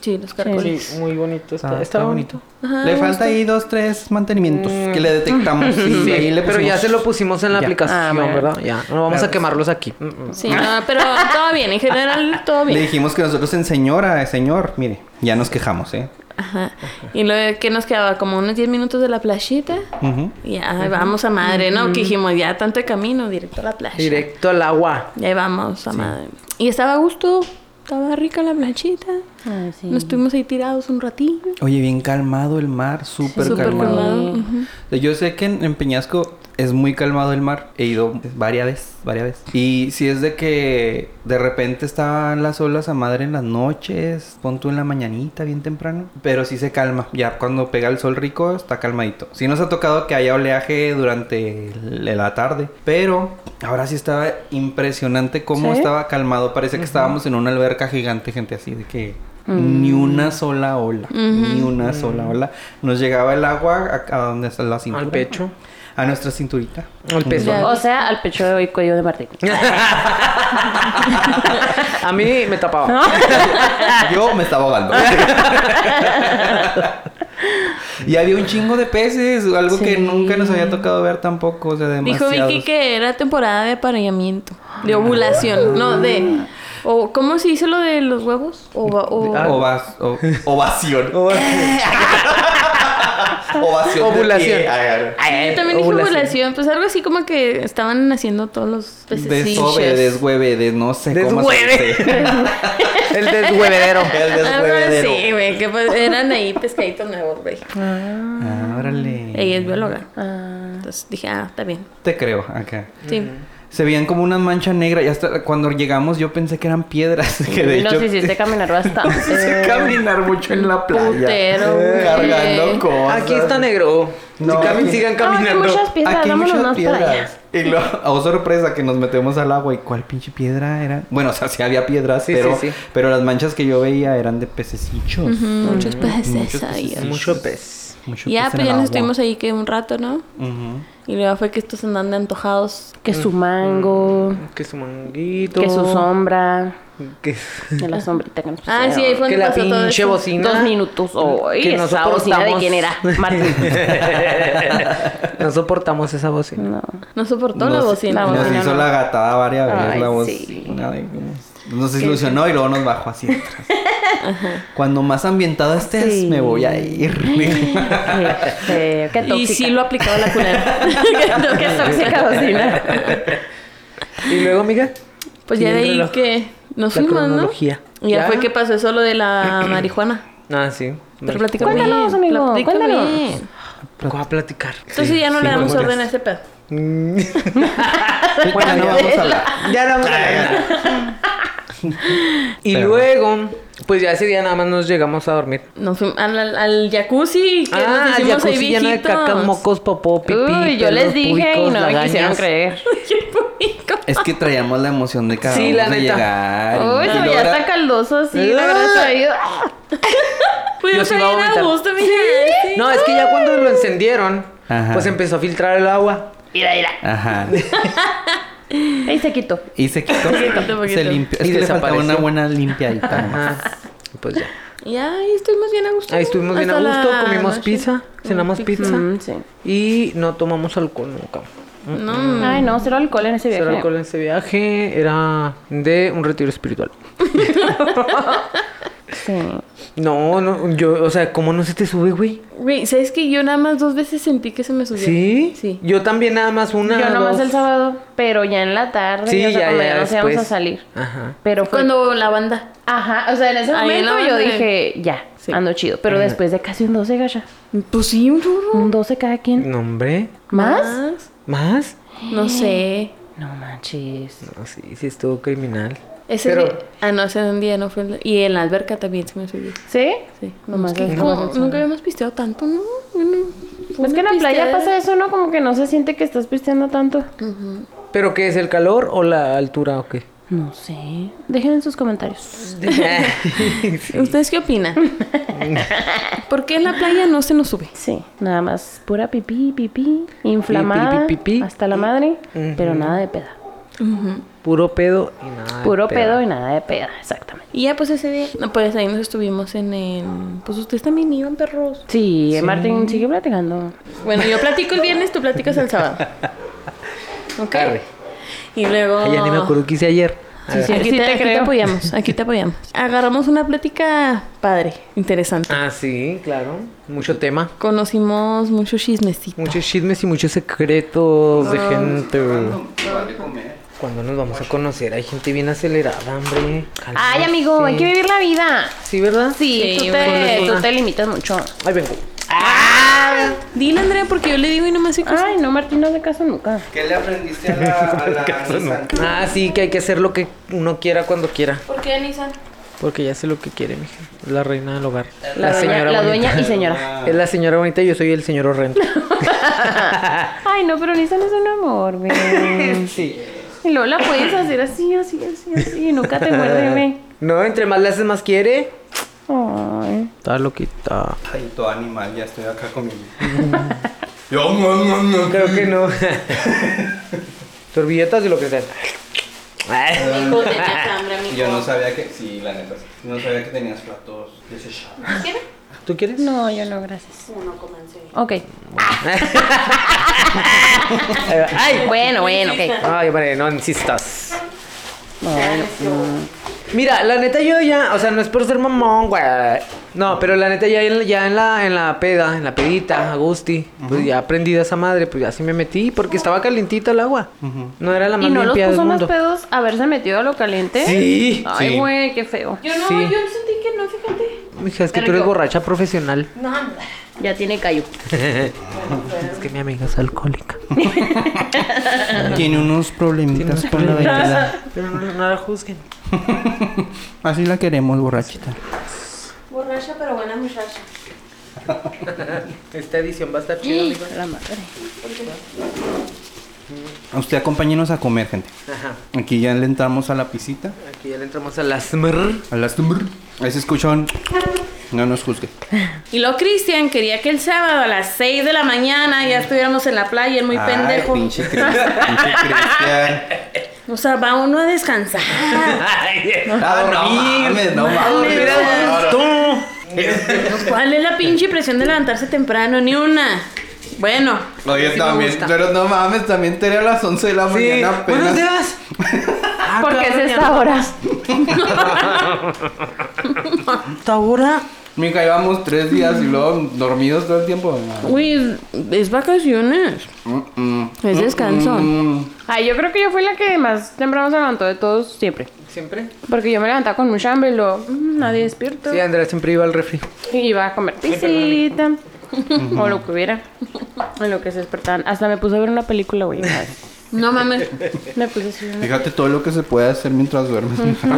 S3: Sí, los caracoles.
S4: Sí, muy bonito. Está,
S2: Ah,
S4: está bonito. Mm.
S3: Ajá,
S2: le
S3: me
S2: falta ahí dos, tres mantenimientos que le
S4: <laughs>
S2: detectamos. y
S4: Sí,
S2: ahí le
S4: pero ya
S2: pusimos-
S4: se lo pusimos en la
S2: Ya.
S5: Ah,
S4: aplicación,
S5: bueno.
S4: ¿verdad? Ya, no vamos a quemarlos aquí. Mm, mm.
S3: Sí, no, pero todo bien, en general todo
S2: Le
S3: bien.
S2: dijimos que nosotros en señora, eh, señor, mire, ya nos quejamos, ¿eh?
S3: Ajá. Y luego, ¿qué nos quedaba? Como unos 10 minutos de la playita.
S2: Ujú.
S3: Y Ya, vamos a madre, ¿no? Que dijimos, ya tanto de camino, directo a la playa.
S4: Directo al agua.
S3: Y ahí vamos a madre. Y estaba a gusto, estaba rica la planchita.
S5: Ah, sí.
S3: Nos estuvimos ahí tirados un ratillo.
S2: Oye, bien calmado el mar, súper
S3: Súper
S2: calmado.
S3: calmado. ujú.
S2: Yo sé que en, en Peñasco es muy calmado el mar. He ido varias veces, varias veces. Y si es de que de repente estaban las olas a madre en las noches, pon tú en la mañanita, bien temprano. Pero sí se calma. Ya cuando pega el sol rico, está calmadito. Sí nos ha tocado que haya oleaje durante el- la tarde. Pero ahora sí estaba impresionante cómo
S5: ¿Sí?
S2: estaba calmado. Parece que estábamos en una alberca gigante, gente, así de que... Ni
S3: Mm.
S2: una sola ola, ni una sola ola. Nos llegaba el agua a, a donde está la cintura.
S4: Al pecho.
S2: A nuestra cinturita.
S4: Al peso.
S5: O sea, al pecho de hoy cuello de Martín.
S4: A mí me tapaba.
S2: Yo me estaba
S4: <laughs>
S2: ahogando. y había un chingo de peces, algo que
S5: Sí.
S2: nunca nos había tocado ver tampoco, o sea,
S3: Dijo
S2: demasiados.
S3: Vicky que era temporada de apareamiento, de ovulación, no, de... O, ¿Cómo se dice lo de los huevos? Ova- o-
S2: Ah, ovas- o-
S4: <laughs>
S2: ovación. <laughs> ovación. de
S4: Ovulación.
S2: pie. Ay, ay, ay.
S3: Sí, yo también dije ovulación, pues algo así como que estaban haciendo todos los pececillos.
S2: Desove, deshueve, de no sé cómo se
S4: Deshueve.
S3: <laughs>
S2: dice.
S4: El deshuevedero.
S2: El
S3: Algo
S2: deshuevedero.
S3: así, güey, que pues eran ahí pescaditos nuevos, güey.
S2: Ah, órale.
S3: Ella es bióloga.
S5: Ah.
S3: Entonces dije, ah, está bien.
S2: Te creo, acá.
S3: Sí.
S2: Se veían como una mancha negra y hasta cuando llegamos yo pensé que eran piedras. <laughs> Que de
S5: Y nos
S2: hecho,
S5: hiciste este caminar
S2: Nos
S5: bastante.
S2: hizo <laughs> caminar mucho en la playa.
S3: Putero,
S2: <laughs>
S3: güey.
S2: cargando cosas.
S4: Aquí está negro.
S2: No,
S4: Si cami-
S2: aquí-
S4: sigan
S5: Ah, hay
S4: caminando.
S5: muchas piedras,
S2: Aquí hay
S5: vámonos
S2: muchas
S5: más para allá.
S2: piedras. Y luego, <laughs> oh sorpresa, que nos metemos al agua. ¿Y cuál pinche piedra era? Bueno, o sea, sí había piedras,
S4: Sí,
S2: pero,
S4: sí, sí.
S2: pero las manchas que yo veía eran de pececillos.
S3: Muchos peces ahí.
S2: pececillos.
S4: Mucho pez.
S2: Mucho
S3: Ya,
S2: pez en
S3: pues
S2: el
S3: ya
S2: agua.
S3: nos estuvimos ahí que un rato, ¿no?
S2: Ujú.
S3: Y luego fue que estos andan de antojados.
S5: Que su mango,
S2: Mm.
S4: Que su manguito.
S5: que su sombra,
S4: Que,
S5: que la sombrita que nos
S3: Ah,
S5: pusieron.
S3: sí, ahí fue
S4: que
S3: donde
S4: la
S3: pasó todo
S4: pinche
S3: eso.
S4: bocina.
S5: Dos minutos hoy.
S4: Que
S5: esa
S4: nosotros
S5: bocina de
S4: estamos-
S5: quién era, Martín.
S4: <laughs> No soportamos esa
S5: <laughs>
S4: bocina.
S5: No.
S3: No soportó la
S2: Nos-
S3: bocina.
S2: Nos
S5: bocina,
S2: hizo
S5: no.
S2: la gatada varias veces
S5: Ay,
S2: la voz.
S5: sí.
S2: Nos ilusionó y luego nos bajó así atrás. Cuando más ambientado estés,
S5: Sí.
S2: me voy a ir.
S5: <laughs> Qué feo, Este, qué tóxica.
S3: Y sí lo aplicaba la <laughs> culera.
S5: Qué tóxica bocina.
S4: Y luego, amiga.
S3: Pues ya de
S4: Siguiente
S3: ahí
S4: reloj.
S3: que nos
S4: La
S3: fuimos, ¿no? Y
S4: cronología.
S3: ya
S4: ¿Ya?
S3: fue que pasó eso lo
S4: <clears throat>
S3: de la marihuana.
S4: Ah, sí.
S3: Pero platicamos
S5: Cuéntanos,
S3: bien.
S5: amigo,
S3: platica
S5: cuéntanos.
S3: bien.
S4: ¿Cómo va a platicar?
S3: Entonces ya no le damos
S4: cuéntanos.
S3: orden a ese pedo.
S4: Mm.
S2: Bueno, no vamos a hablar.
S4: Ya la vamos a ganar. Y
S2: Pero-
S4: luego, pues ya ese día nada más nos llegamos a dormir.
S3: Nos fuimos al, al- al jacuzzi que
S4: ah,
S3: nos
S4: el
S3: hicimos ahí
S4: jacuzzi lleno de
S3: viejitos.
S4: cacas,
S3: <laughs>
S4: mocos, popó, pipí.
S5: Uy, yo les
S4: pelos
S5: dije y
S4: púbicos,
S5: no me
S4: lagañas.
S5: quisieron creer.
S3: Qué bonito.
S2: Es que traíamos la emoción de cada
S4: Sí,
S2: uno
S4: la
S2: de
S4: neta.
S2: llegar. y-
S5: Uy,
S2: y
S5: no,
S2: luego
S5: ya
S2: era-
S5: está caldoso así. La verdad, traído. ¡Ah!
S3: Pudimos
S4: sí iba a
S3: ir a
S4: vomitar.
S3: gusto, mija. Sí.
S4: No, es que ya cuando lo encendieron,
S2: Ajá.
S4: pues empezó a filtrar el agua.
S5: Mira, mira.
S2: Ajá.
S5: Ahí se quitó.
S2: Y se quitó.
S3: Poquito, poquito.
S2: se limpió. Es
S4: Y
S2: que le faltaba
S4: desapareció.
S2: una buena limpiadita. nomás.
S4: Ajá. Y Pues ya.
S3: Y ahí estuvimos bien a gusto.
S4: Ahí estuvimos bien a
S3: Hasta
S4: gusto,
S3: la
S4: comimos
S3: noche.
S4: pizza, cenamos pizza
S5: Mm, sí.
S4: y no tomamos alcohol nunca.
S3: No,
S5: Ay, no, cero alcohol en ese viaje.
S4: Cero alcohol en ese viaje era de un retiro espiritual.
S5: Sí.
S4: No, no, yo, o sea, ¿cómo no se te sube, güey?
S3: güey, ¿sabes que yo nada más dos veces sentí que se me subió?
S4: ¿Sí?
S3: Sí.
S4: Yo también nada más una.
S5: Yo nomás
S4: dos.
S5: el sábado, pero ya en la tarde.
S4: Sí,
S5: ya, o sea,
S4: ya,
S5: cuando
S4: ya,
S5: ya nos íbamos a
S4: después.
S5: salir.
S4: Ajá.
S5: Pero fue...
S3: Cuando la banda.
S5: Ajá, o sea, en ese
S3: Ahí en la
S5: momento yo
S3: banda.
S5: dije, ya,
S3: Sí.
S5: ando chido. Pero después de casi un 12, gacha.
S3: Pues sí, un
S5: Un 12 cada quien.
S4: No, hombre.
S5: ¿Más?
S4: ¿Más?
S3: No sé.
S5: No manches.
S4: No, sí, sí estuvo criminal.
S3: Ese
S4: Pero-
S3: día- Ah, no, ese día no fue. el- Y en la alberca también se me subió.
S5: ¿Sí?
S3: Sí.
S5: Nomás
S3: Es que
S5: es
S3: como
S5: como-
S3: nunca habíamos pisteado tanto, ¿no?
S5: Pues que en la playa pasa eso, ¿no? Como que no se siente que estás pisteando tanto.
S4: ¿Pero qué es el calor o la altura o
S5: <laughs>
S4: qué?
S5: No sé. Dejen en sus comentarios.
S3: ¿Ustedes qué opinan? ¿Por qué en la playa no se nos sube?
S5: Sí, nada más pura pipí, pipí, inflamada,
S4: Pi, pi, pi, pi.
S5: hasta la madre,
S4: Ujú.
S5: pero nada de peda.
S4: Puro pedo y nada. de
S5: Puro pedo y nada de peda, exactamente.
S3: Y ya, pues ese día, no, pues ahí nos estuvimos en el. Pues ustedes también iban perros.
S5: Sí, Martín sigue platicando.
S3: Bueno, yo platico el viernes, tú platicas el sábado. ¿Ok?
S4: Arre.
S3: Y luego.
S5: Oh.
S4: Ay, ya ni me acuerdo qué hice ayer. A
S3: Sí,
S4: ver.
S3: sí,
S5: Aquí
S3: Ah, aquí,
S5: te
S3: te, aquí te
S5: creo.
S3: apoyamos, aquí te apoyamos. <laughs> Agarramos una plática padre, interesante.
S4: Ah, sí, claro. Mucho tema.
S3: Conocimos muchos chismecitos.
S4: Muchos chismes y muchos secretos de
S5: Ah.
S4: gente.
S2: Vale comer.
S4: Cuando nos vamos a conocer, hay gente bien acelerada, hombre.
S5: Ay, amigo, hay que vivir la vida.
S4: Sí, ¿verdad?
S5: Sí,
S3: Sí,
S5: tú,
S3: bueno,
S5: te,
S3: sí.
S5: tú te limitas mucho.
S4: Ahí vengo.
S3: Dile, Andrea, porque yo le digo y no me hace caso.
S5: Ay, no, Martín no hace caso nunca.
S2: ¿Qué le aprendiste a la, a <laughs> la Nissan?
S4: Ah, sí, que hay que hacer lo que uno quiera cuando quiera.
S3: ¿Por qué, Nissan?
S4: Porque ya sé lo que quiere, mija. Es La reina del hogar.
S5: La, dueña- la dueña y <laughs> señora.
S4: <laughs> Es la señora bonita y yo soy el señor <laughs> horrendo.
S5: Ay, no, pero Nissan es un amor, güey.
S4: sí.
S5: Y luego la puedes hacer así, así, así, así. Y nunca te muerde, güey.
S4: No, entre más le haces, más quiere.
S5: Ay.
S4: Está loquita.
S2: Ay, todo animal, ya estoy acá con mi... Yo, no, no, no.
S4: Creo que <laughs> no. Torbillotas y lo que sea. <laughs>
S3: Hijo, tenías hambre, amigo.
S2: Yo no sabía que... Sí, la neta. sí. No sabía que tenías platos de ese chavo.
S4: ¿Tú quieres?
S5: No, yo no, gracias.
S3: Uno comencé.
S5: Ok.
S4: Ay,
S5: Bueno, bueno, ok.
S4: Ay, vale, no insistas.
S5: Bueno,
S4: Mira, la neta yo ya, o sea, no es por ser mamón, güey. No, pero la neta ya, en- ya en la en la peda, en la pedita, Agusti, pues ya aprendí de esa madre, pues ya sí me metí porque estaba calientito el agua. No era la
S5: ¿Y
S4: más
S5: no los
S4: limpia
S5: puso
S4: del
S5: más
S4: mundo.
S5: pedos haberse metido a lo caliente?
S4: Sí,
S5: ¿Eh? Ay,
S4: sí.
S5: güey, qué feo.
S3: Yo no,
S4: Sí.
S3: yo sentí que no, fíjate.
S4: Mija, es que
S5: Pero
S4: tú eres
S5: yo-
S4: borracha profesional.
S3: No, anda.
S5: Ya tiene callo.
S4: Pues Es que mi amiga
S5: <laughs>
S4: es alcohólica.
S2: Tiene unos problemitas con la bebida.
S4: Pero no, no la juzguen.
S2: <laughs> Así la queremos, borrachita.
S3: Borracha, pero buena muchacha.
S4: Esta edición va a estar chida, amiga.
S5: La madre.
S2: Usted acompáñenos a comer, gente.
S4: Ajá.
S2: Aquí ya le entramos a la pisita.
S4: Aquí ya le entramos a
S5: <laughs>
S4: las mr.
S2: A las... Ahí se escucha un- No nos juzgue.
S3: Y luego Cristian quería que el sábado a las 6 de la mañana ya estuviéramos en la playa, el muy
S2: Ay,
S3: pendejo.
S2: pinche Cristian. pinche Cristian.
S3: O sea, va uno a <laughs> descansar.
S2: Ah, no mames, no mames.
S3: ¿Cuál es la pinche presión de levantarse temprano? Ni una. Bueno,
S2: No, yo
S4: Sí me
S2: también,
S4: gusta.
S2: pero no mames, también te haría a las 11 de la
S4: Sí.
S2: mañana
S4: Buenos
S2: apenas.
S4: días. Ah,
S5: ¿Por qué es
S4: cabrón, ya
S5: esta hora?
S4: ¿Hasta ahora?
S2: Mija, íbamos tres días y luego dormidos todo el tiempo. No.
S3: uy, es vacaciones.
S2: Mm, mm.
S3: Es descanso.
S2: Mm.
S5: Ay, yo creo que yo fui la que más temprano se levantó de todos siempre.
S4: ¿Siempre?
S5: Porque yo me levantaba con mucha hambre y luego, mm, nadie despierto.
S4: Sí, Andrea siempre iba al refri.
S5: Y iba a comer pisita. o lo que hubiera. O lo que se despertaban. Hasta me puse a ver una película, güey. una vez.
S3: No mames.
S5: Me puse así una-
S2: Fíjate todo lo que se puede hacer mientras duermes. mija.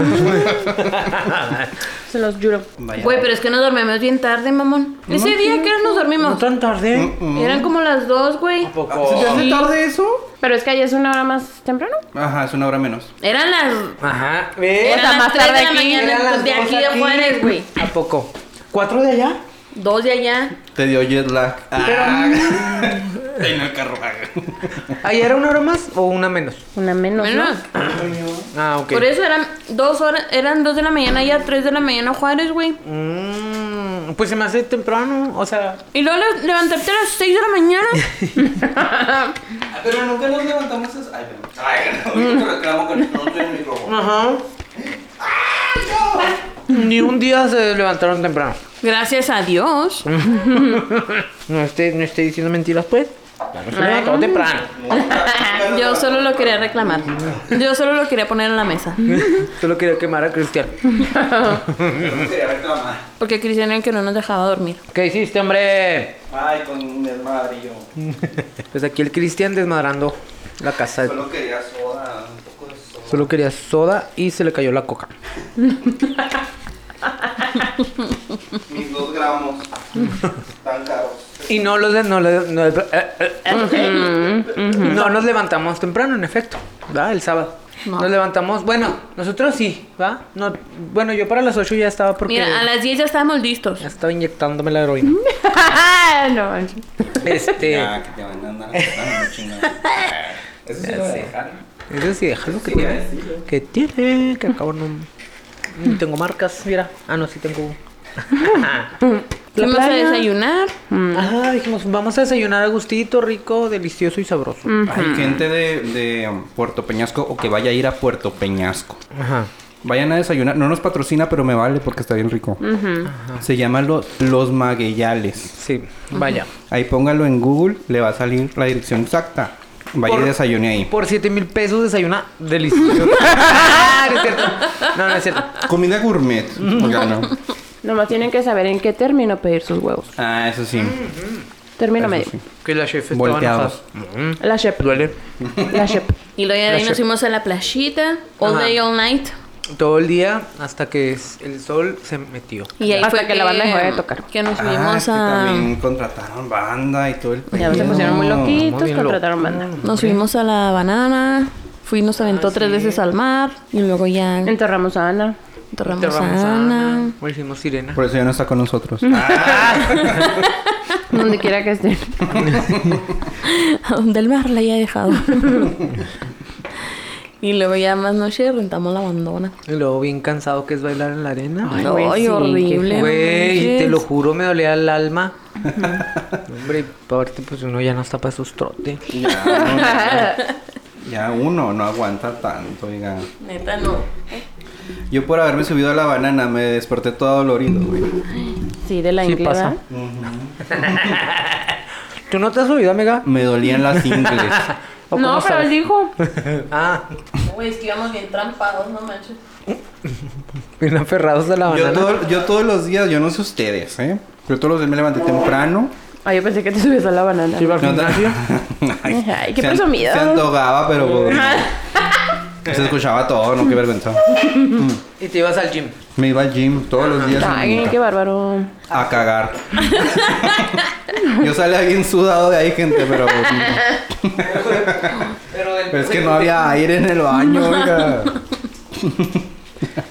S5: Se los juro.
S2: Vaya.
S3: Güey, pero es que nos dormimos bien tarde, mamón. Ese día que nos dormimos.
S4: tan tarde.
S3: Eran como las 2, güey.
S2: ¿Se te hace tarde eso?
S5: Pero es que allá es una hora más temprano.
S2: Ajá, es una hora menos.
S3: Eran las
S4: Ajá. ¿Ves?
S5: Era-
S3: Eran
S5: más
S3: las 3
S5: tarde
S3: de la
S5: aquí.
S3: mañana pues,
S4: Eran las
S3: de
S4: dos
S3: aquí de Juárez, güey.
S4: ¿A poco? ¿Cuatro de allá?
S3: Dos de allá.
S2: Te dio jet lag. Ah. en el carro.
S4: ¿Allá era una hora más o una menos?
S5: Una menos. ¿no?
S3: Menos.
S4: Ah, ok.
S3: Por eso eran dos horas, eran dos de la mañana y a tres de la mañana Juárez, güey.
S4: Mm, pues se me hace temprano, o sea...
S3: Y luego le- levantarte a las seis de la mañana.
S2: Ah, Pero nunca nos levantamos. Ay,
S3: Mm.
S2: Ay, no, reclamo con el micrófono.
S4: Ajá. Ni un día se levantaron <laughs> temprano.
S3: Gracias a Dios.
S4: No esté, no esté diciendo mentiras, pues. Claro, se levantó temprano.
S3: <laughs> Yo solo lo quería reclamar. Yo solo lo quería poner en la mesa.
S4: Solo quería quemar a Cristian.
S2: No quería reclamar.
S3: Porque Cristian era el que no nos dejaba dormir.
S4: ¿Qué hiciste, hombre?
S2: Ay, con un desmadrillo.
S4: <laughs> Pues aquí el Cristian desmadrando la casa.
S2: Solo quería soda, un poco de soda.
S4: Solo quería soda y se le cayó la coca.
S2: Mis dos gramos. Tan caros.
S4: Y no los de- no, le- no, eh, eh, eh. No nos levantamos temprano, en efecto, ¿va? El sábado.
S3: No.
S4: Nos levantamos, bueno, nosotros sí, ¿va? No, bueno, yo para las 8 ya estaba porque
S3: Mira, a las 10 ya estábamos listos.
S4: ya estaba inyectándome la heroína.
S3: <laughs>
S5: no. manches.
S4: Este,
S2: Ya, que te van a andar
S3: <laughs>
S2: a chingada. Eso sí lo dejaron.
S4: eso sí, déjalo que tiene. Que tiene,
S3: <laughs>
S4: que acabo no, ni tengo marcas, mira. Ah, no, sí tengo.
S5: La
S3: Fuimos a
S5: playa.
S3: desayunar.
S5: Mm.
S4: Ajá, dijimos, vamos a desayunar a gustito, rico, delicioso y sabroso.
S2: Hay gente de, de um, Puerto Peñasco o que vaya a ir a Puerto Peñasco.
S5: Mm.
S4: Ajá.
S2: Vayan a desayunar. No nos patrocina, pero me vale porque está bien rico. Se llama lo- Los Magueyales.
S4: Sí, vaya.
S2: Ahí póngalo en Google, le va a salir la dirección exacta. Vaya y
S4: Por-
S2: desayune ahí.
S4: Por 7 mil pesos desayuna
S5: <laughs>
S4: delicioso. Ah, no es cierto. No, no es cierto.
S2: Comida
S5: <laughs>
S2: gourmet. Oiga, no.
S5: Nomás tienen que saber en qué término pedir sus huevos.
S2: Ah, eso
S5: Mm.
S2: sí.
S5: Término
S2: Eso
S5: medio.
S2: sí.
S4: Que la chef estaba
S2: Volteados.
S4: enojada.
S5: La chef.
S4: Duele.
S5: La chef.
S3: Y luego ya de
S4: La
S3: ahí nos
S4: chef.
S3: fuimos a la playita. All
S4: Ajá.
S3: day, all night.
S4: Todo el día hasta que es- el sol se metió.
S3: Y ahí
S5: Hasta
S3: fue
S5: que la banda dejó de tocar.
S3: Que nos
S2: Ah, es
S3: subimos
S2: que
S3: a...
S2: también contrataron banda y todo el
S5: Ya se
S2: pedo.
S5: pusieron muy
S4: muy
S5: loquitos,
S4: bien
S5: contrataron banda.
S3: Nos subimos a la banana. Fui, nos aventó tres veces al mar. Y luego ya
S5: Enterramos a Ana.
S3: enterramos
S4: Enterramos
S3: a Ana.
S4: O hicimos sirena.
S2: Por eso ya no está con nosotros.
S5: Mm.
S2: Ah,
S5: Donde quiera que
S4: <laughs>
S5: esté.
S3: <laughs> A donde el mar la haya dejado. <laughs> y luego ya más noche rentamos la bandona.
S4: Y luego bien cansado que es bailar en la arena.
S5: Ay,
S3: Ay,
S5: güey, sí, qué
S3: horrible.
S4: Güey,
S3: manches.
S4: te lo juro, me dolía el alma. <laughs> Hombre, aparte pues uno ya no está para esos trotes.
S2: Ya, no, ya, ya uno no aguanta tanto, oiga.
S3: Neta, no.
S2: Yo por haberme subido a la banana me desperté todo dolorido, güey.
S5: Sí, de la
S4: Sí
S5: ingle,
S4: pasa.
S5: ¿verdad?
S4: ¿Tú no te has subido, amiga?
S2: Me dolían las ingles.
S4: ¿O
S5: No,
S4: cómo
S5: pero él
S4: sabes?
S5: dijo.
S4: Ah,
S3: Güey, es que íbamos bien trampados, no manches.
S4: bien aferrados a la
S2: Yo,
S4: banana.
S2: todo- yo todos los días, yo no sé ustedes, ¿eh? Yo todos los días me levanté temprano.
S5: Ah, yo pensé que te subías a la banana. <laughs>
S4: Sí, va al
S2: No, no. <laughs>
S4: gimnasio.
S5: Ay, qué
S2: se an-
S5: presumido.
S2: Se andogaba, pero pues, se escuchaba todo, no, qué vergüenza.
S4: Y te ibas al gym.
S2: Me iba al gym todos los días
S5: Ay, qué
S4: <laughs>
S5: bárbaro.
S2: a cagar. Yo salía bien sudado de ahí, gente, pero...
S4: Pero el-
S2: Pero es que no había aire en el baño, oiga.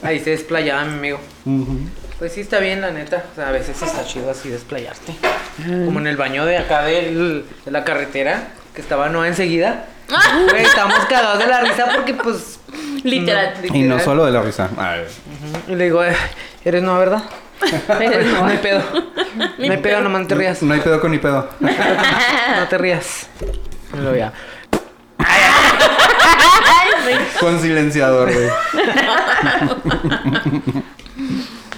S4: Ahí se desplayaba, mi amigo.
S2: Ujú.
S4: Pues sí, está bien, la neta. O sea, a veces está chido así desplayarte. Como en el baño de acá del- de la carretera, que estaba no enseguida. Güey, estamos cagados de la risa porque, pues.
S3: Literal.
S4: no,
S2: Y no
S4: literal.
S2: solo de la risa. A ver.
S4: Y le digo, "Eh, eres no, ¿verdad? Pues, no hay pedo. No hay pedo, nomás no
S2: <laughs>
S4: te rías.
S2: No hay pedo con ni pedo.
S4: No te rías. Y luego ya.
S2: Con silenciador, güey.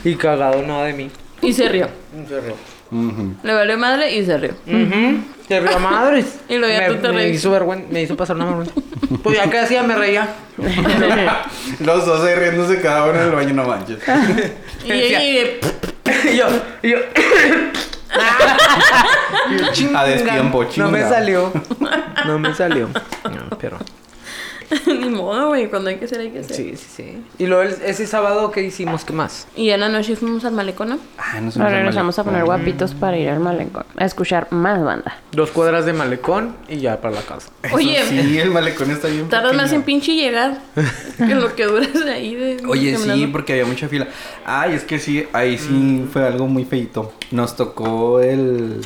S4: Y cagado no de mí.
S3: Y se rió.
S4: Se rió.
S2: Ujú.
S3: Le valió madre y se rió.
S4: Ujú. Se rió a <laughs> madres.
S3: Y luego ya
S4: me,
S3: tú te
S4: me
S3: reís.
S4: hizo vergüenza, me hizo pasar una vergüenza. <laughs> Pues ya que hacía, me reía. <laughs>
S2: Los dos ahí riéndose cada uno en el baño, no manches.
S3: Y ella y de-
S4: Y yo, y yo.
S2: <laughs> A destiempo, chinga.
S4: No me salió.
S2: <laughs>
S4: No me salió. pero.
S3: <laughs> Ni modo, güey. Cuando hay que hacer, hay que hacer.
S4: Sí, sí, sí. Y luego el- ese sábado, ¿qué hicimos? ¿Qué más?
S3: Y ya en la noche fuimos al malecón, ¿no?
S2: Ah, no
S5: Ahora nos vamos a poner guapitos para ir al malecón. A escuchar más banda.
S4: Dos cuadras de malecón y ya para la casa.
S3: Oye,
S2: Sí, el malecón está bien.
S3: tardas más
S2: pequeño.
S3: en pinche <laughs> llegar que lo que duras ahí de.
S2: Oye, sí,
S3: caminando. Mm.
S2: porque había mucha fila. Ay, es que sí, ahí sí fue algo muy feito. Nos tocó el,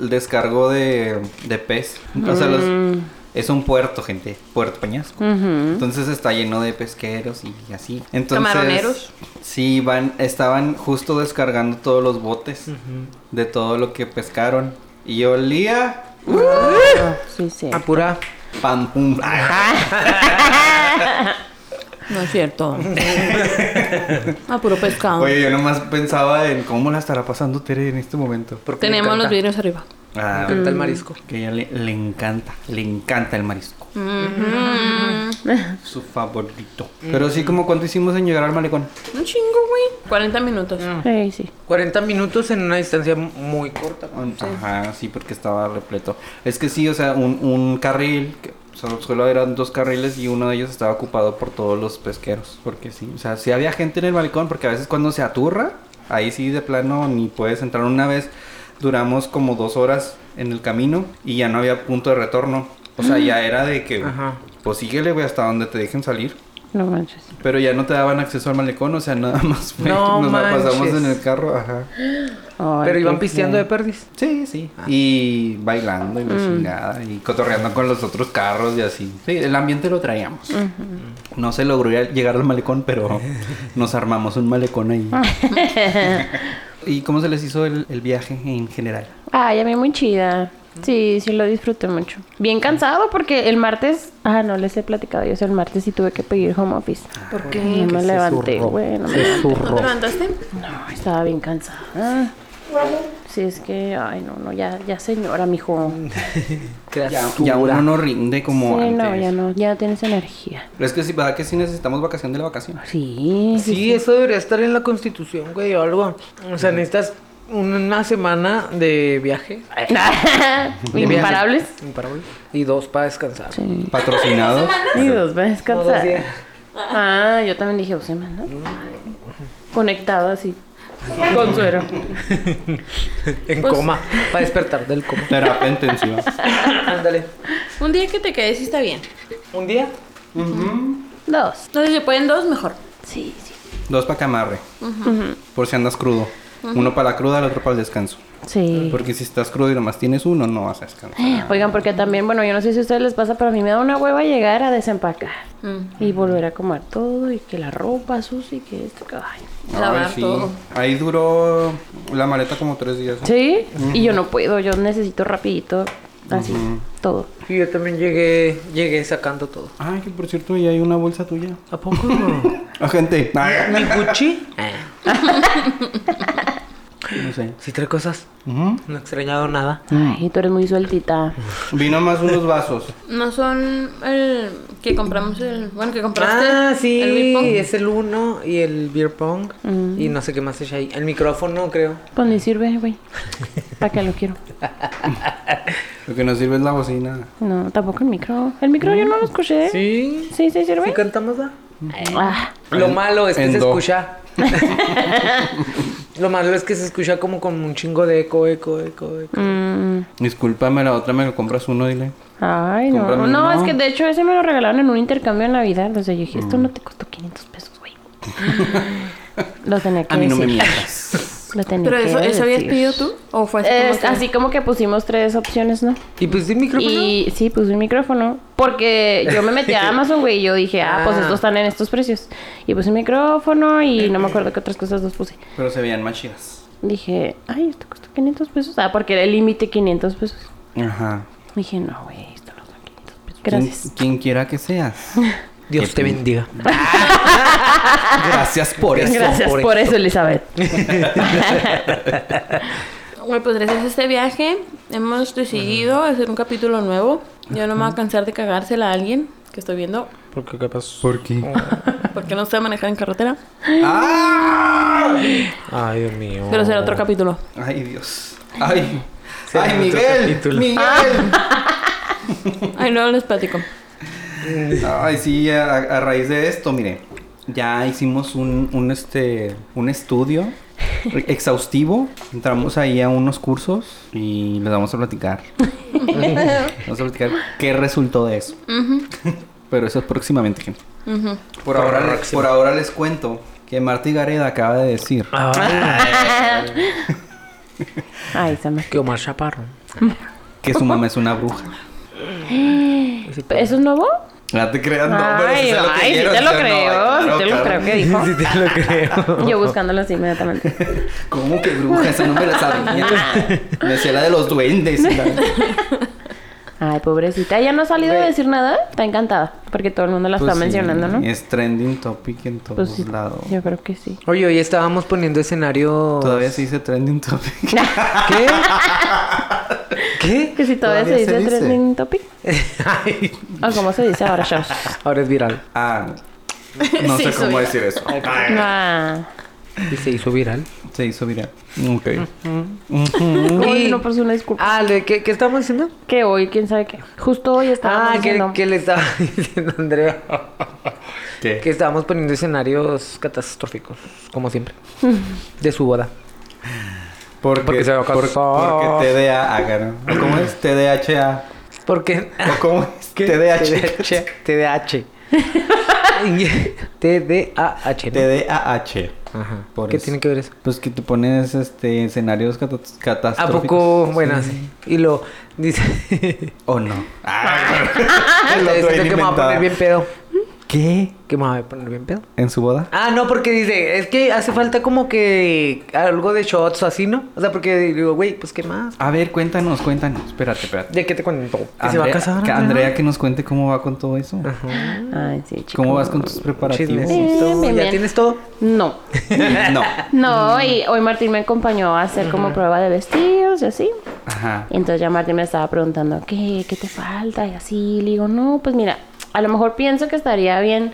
S2: el descargo de, de pez. O sea,
S3: Mm.
S2: los- es un puerto, gente. Puerto Peñasco. Entonces está lleno de pesqueros y así. Entonces,
S3: Camaroneros.
S2: Sí, van, estaban justo descargando todos los botes de todo lo que pescaron. Y olía.
S4: Ah.
S5: Sí,
S2: Eh.
S5: sí.
S4: Apura.
S2: Pam,
S3: <laughs>
S2: pum. ah.
S3: No es <laughs> cierto. ah, puro pescado.
S2: Oye, yo nomás pensaba en cómo la estará pasando Tere en este momento.
S4: porque me
S3: Tenemos los
S4: encanta.
S3: vidrios arriba.
S2: Ah,
S4: Me encanta el marisco.
S2: Que a ella le, le encanta, le encanta el marisco. Su favorito. Pero sí, como cuánto hicimos en llegar al malecón.
S3: Un chingo, güey. 40 minutos.
S4: Ah.
S5: Sí, sí.
S4: 40 minutos en una distancia muy corta.
S2: Ah, Ajá, sí, porque estaba repleto. Es que sí, o sea, un, un carril, que solo, solo eran dos carriles y uno de ellos estaba ocupado por todos los pesqueros. Porque sí, o sea, sí había gente en el malecón, porque a veces cuando se aturra, ahí sí de plano ni puedes entrar una vez. Duramos como dos horas en el camino y ya no había punto de retorno. O sea, ya era de que,
S4: Mm. Ajá.
S2: pues síguele, güey, hasta donde te dejen salir.
S5: No manches.
S2: Pero ya no te daban acceso al malecón, o sea, nada más fue-
S4: No
S2: <laughs> nos la pasamos
S4: manches.
S2: en el carro, ajá.
S5: Ay,
S4: Pero
S5: qué
S4: iban pisteando de
S5: feo.
S4: perdiz.
S2: Sí, sí. Y bailando
S5: Mm.
S2: y la chingada, y cotorreando con los otros carros y así. Sí, el ambiente lo traíamos. No
S5: <laughs>
S2: se logró ya llegar al malecón, pero nos armamos un malecón ahí. ¿Y cómo se les hizo el, el viaje en general?
S5: Ay, a mí muy chida. Sí, sí lo disfruté mucho. Bien cansado porque el martes... Ah, no les he platicado yo. eso, El martes sí tuve que pedir home office.
S3: Ah, ¿Por
S5: Y no
S3: qué?
S5: me
S2: se
S5: levanté,
S2: zurró.
S5: güey. No, me
S4: Se
S5: levanté.
S3: ¿No
S4: zurró.
S3: te levantaste?
S5: No, estaba bien cansada. Sí, es que... Ay, no, no. Ya, ya señora, mijo.
S2: Ya, ya uno no rinde como
S5: sí,
S2: antes.
S5: no, ya no. Ya no tienes energía.
S2: Pero es que sí, ¿verdad que sí necesitamos vacación de la vacación?
S5: Sí. <laughs>
S4: Sí, eso debería estar en la constitución, güey, o algo. O sea, necesitas una semana de viaje. De viaje.
S5: Imparables.
S4: Imparables. Y dos
S5: <laughs>
S4: para descansar.
S5: Sí. <laughs>
S2: Patrocinado.
S5: Y dos va a
S4: No, dos
S5: descansar.
S4: días.
S5: Ah, yo también dije dos semanas. Conectado así. Con suero.
S4: En coma. Para despertar del coma.
S2: Terapia intensiva.
S4: Ándale.
S3: Un día que te quedes sí está bien.
S4: ¿Un día?
S5: Dos.
S3: Entonces, si pueden dos, mejor.
S5: Sí, sí.
S2: Dos para camarre. Por si andas crudo. Uno para la cruda, el otro para el descanso.
S5: Sí.
S2: Porque si estás crudo y nomás tienes uno, no vas a descansar.
S5: Oigan, porque también, bueno, yo no sé si a ustedes les pasa, pero a mí me da una hueva llegar a desempacar
S3: Mm.
S5: y volver a comer todo y que la ropa sucia y que esto. que- ay.
S3: Lavar todo.
S2: Ahí duró la maleta como tres días. ¿no?
S5: Sí, y yo no puedo, yo necesito rapidito, así, todo.
S4: Y yo también llegué, llegué sacando todo.
S2: Ay, que por cierto, ya hay una bolsa tuya.
S4: ¿A poco? <laughs>
S2: Ah, gente. Ay,
S4: ¿El Gucci?
S2: no sé.
S4: Sí, tres cosas.
S2: Ujú.
S4: No he extrañado nada.
S5: Ay, tú eres muy sueltita.
S2: Vino más unos vasos.
S3: No son el que compramos el. Bueno, que compraste.
S4: Ah, sí,
S3: El beer pong.
S4: es el uno y el beer pong y no sé qué más es ahí. El micrófono, creo.
S5: Pues ni sirve, güey. ¿Para qué lo quiero?
S2: Lo que nos sirve es la bocina.
S5: No, tampoco el micro. El micro yo no lo escuché.
S4: Sí.
S5: Sí, sí
S4: ¿Sí
S5: sirve.
S4: cantamos, da?
S5: Ah,
S4: Lo malo es que
S2: en
S4: se
S2: do.
S4: escucha. lo malo es que se escucha como con un chingo de eco, eco, eco, eco.
S5: mm,
S2: Discúlpame, la otra me lo compras uno, dile.
S5: ay, no.
S2: Cómprame
S5: No,
S2: uno.
S5: es que de hecho ese me lo regalaron en un intercambio en Navidad. O sea, yo dije,
S2: Mm.
S5: esto no te costó 500 pesos, güey. <laughs> lo tenía que
S2: A mí no
S5: decir.
S2: me mientas.
S5: Lo tenía
S3: Pero
S5: que
S3: eso, ¿eso habías
S5: decir.
S3: pedido tú? ¿O fue así?
S5: Eh,
S3: como que-
S5: así como que pusimos tres opciones, ¿no?
S4: Y pues el micrófono.
S5: Y sí, puse un micrófono. Porque yo me
S3: <laughs>
S5: metí a Amazon, güey, y yo dije, ah, pues
S4: Ah.
S5: estos están en estos precios. Y puse un micrófono
S3: Eh.
S5: y no me acuerdo qué otras cosas los puse.
S2: <laughs> Pero se veían más chidas.
S5: Dije, ay, esto costó 500 pesos. Ah, porque era el límite 500 pesos.
S2: Ajá.
S5: Dije, no, güey, esto no son 500 pesos.
S2: Quien-
S5: Gracias.
S2: Quien quiera que seas.
S4: Dios te bendiga.
S2: Gracias por eso.
S5: Gracias por,
S4: por
S2: <laughs>
S5: eso, Elizabeth.
S3: Bueno, pues gracias a este viaje hemos decidido hacer un capítulo nuevo. Yo no me voy a cansar de cagársela a alguien que estoy viendo Ah,
S4: Porque capaz.
S2: ¿Por qué?
S3: porque no sé manejar en carretera.
S4: Ay, Dios mío.
S3: Pero será otro capítulo.
S2: Ay, Dios. Ay.
S4: Sí,
S2: Ay,
S4: otro
S2: Miguel.
S4: capítulo.
S2: Miguel.
S3: Ay, luego les platico.
S2: Ay, sí, a, a raíz de esto, mire. Ya hicimos un, un, este, un
S5: <laughs>
S2: estudio exhaustivo. Entramos ahí a unos cursos y les vamos a
S5: <laughs>
S2: platicar. vamos a platicar qué resultó de eso. Pero eso es próximamente, gente.
S3: Ujú.
S2: Por ahora, les, por ahora les cuento que Marta Gareda acaba de decir.
S5: Ay, Sama.
S4: que Omar Chaparro.
S2: que su mamá es una
S5: <laughs>
S2: bruja.
S5: ¿Eso es nuevo?
S2: No te creas, no, pero sí
S5: Ay,
S2: se lo
S5: ay, sí
S2: creyeron,
S5: te lo
S2: o sea, no,
S5: creo.
S2: ay, claro,
S5: sí te lo creo
S2: claro.
S5: que dijo.
S4: Sí, te lo creo.
S5: Yo buscándolo así inmediatamente.
S2: <laughs> ¿Cómo que bruja? Esa no me la sabía. me decía la de los duendes.
S5: <laughs>
S2: y la-
S5: Ay, pobrecita. ¿Ya no ha salido a decir nada? Está encantada. Porque todo el mundo la
S2: Pues
S5: está
S2: sí,
S5: mencionando, ¿no?
S2: Es trending topic en todos
S5: Pues sí.
S2: lados.
S5: Yo creo que sí.
S4: Oye, hoy estábamos poniendo escenario.
S2: Todavía se dice trending
S5: <laughs>
S2: topic.
S4: ¿Qué? ¿Qué?
S5: Que si todavía,
S2: Todavía
S5: se
S2: se
S5: dice
S2: dice.
S5: trending
S2: <laughs>
S5: topic.
S4: Ay,
S5: O como se dice ahora, chavos.
S4: Ahora es viral.
S2: Ah, no
S3: Sí,
S2: sé cómo
S3: soy-
S2: decir eso.
S5: Ah.
S4: Y se hizo viral.
S2: Se hizo viral. Ok.
S5: Ay,
S4: Y-
S5: no, pues una disculpa.
S4: Ah, ¿de ¿qué, qué estamos diciendo?
S5: Que hoy, quién sabe qué. Justo hoy estábamos
S4: Ah, que,
S5: diciendo-
S4: que le estaba <laughs> diciendo a Andrea.
S2: ¿Qué?
S4: Que estábamos poniendo escenarios catastróficos, como siempre. De su boda.
S2: Porque,
S4: Porque se va a
S2: por-
S4: casar.
S2: porque TDA, ah, cara. ¿O ¿Cómo es? TDHA.
S4: Porque.
S2: ¿O cómo es?
S4: <laughs> TDAH. TDAH. TDAH. ¿no?
S2: TDAH.
S4: Ajá.
S2: Por
S4: ¿Qué
S2: eso.
S4: tiene que ver eso?
S2: Pues que te pones este escenarios catas-
S4: ¿A
S2: catastróficos.
S4: poco? Bueno,
S2: Sí.
S4: sí. Y lo
S2: <laughs>
S4: dice.
S2: ¿O no?
S4: Ah, Estoy diciendo que me va a poner bien pedo.
S2: ¿Qué?
S4: Que me voy a poner bien pedo.
S2: ¿En su boda?
S4: Ah, no, porque dice, es que hace falta como que algo de shots o así, ¿no? O sea, porque digo, güey, pues qué más.
S2: A ver, cuéntanos, cuéntanos. Espérate, espérate.
S4: ¿De qué te cuento? Que se va a
S2: Andrea-
S4: casar. Ah,
S2: que Andrea que nos cuente cómo va con todo eso.
S5: Ay, sí, chicos.
S2: ¿Cómo vas con tus preparativos?
S5: Bien,
S4: <laughs> Chismecito.
S5: bien,
S4: ¿Ya
S5: bien.
S4: tienes todo?
S5: No.
S2: No.
S5: No, y hoy Martín me acompañó a hacer como prueba de vestidos y así.
S2: Ajá.
S5: Y entonces ya Martín me estaba preguntando, ¿qué? ¿Qué te falta? Y así le digo, no, pues mira, a lo mejor pienso que estaría bien,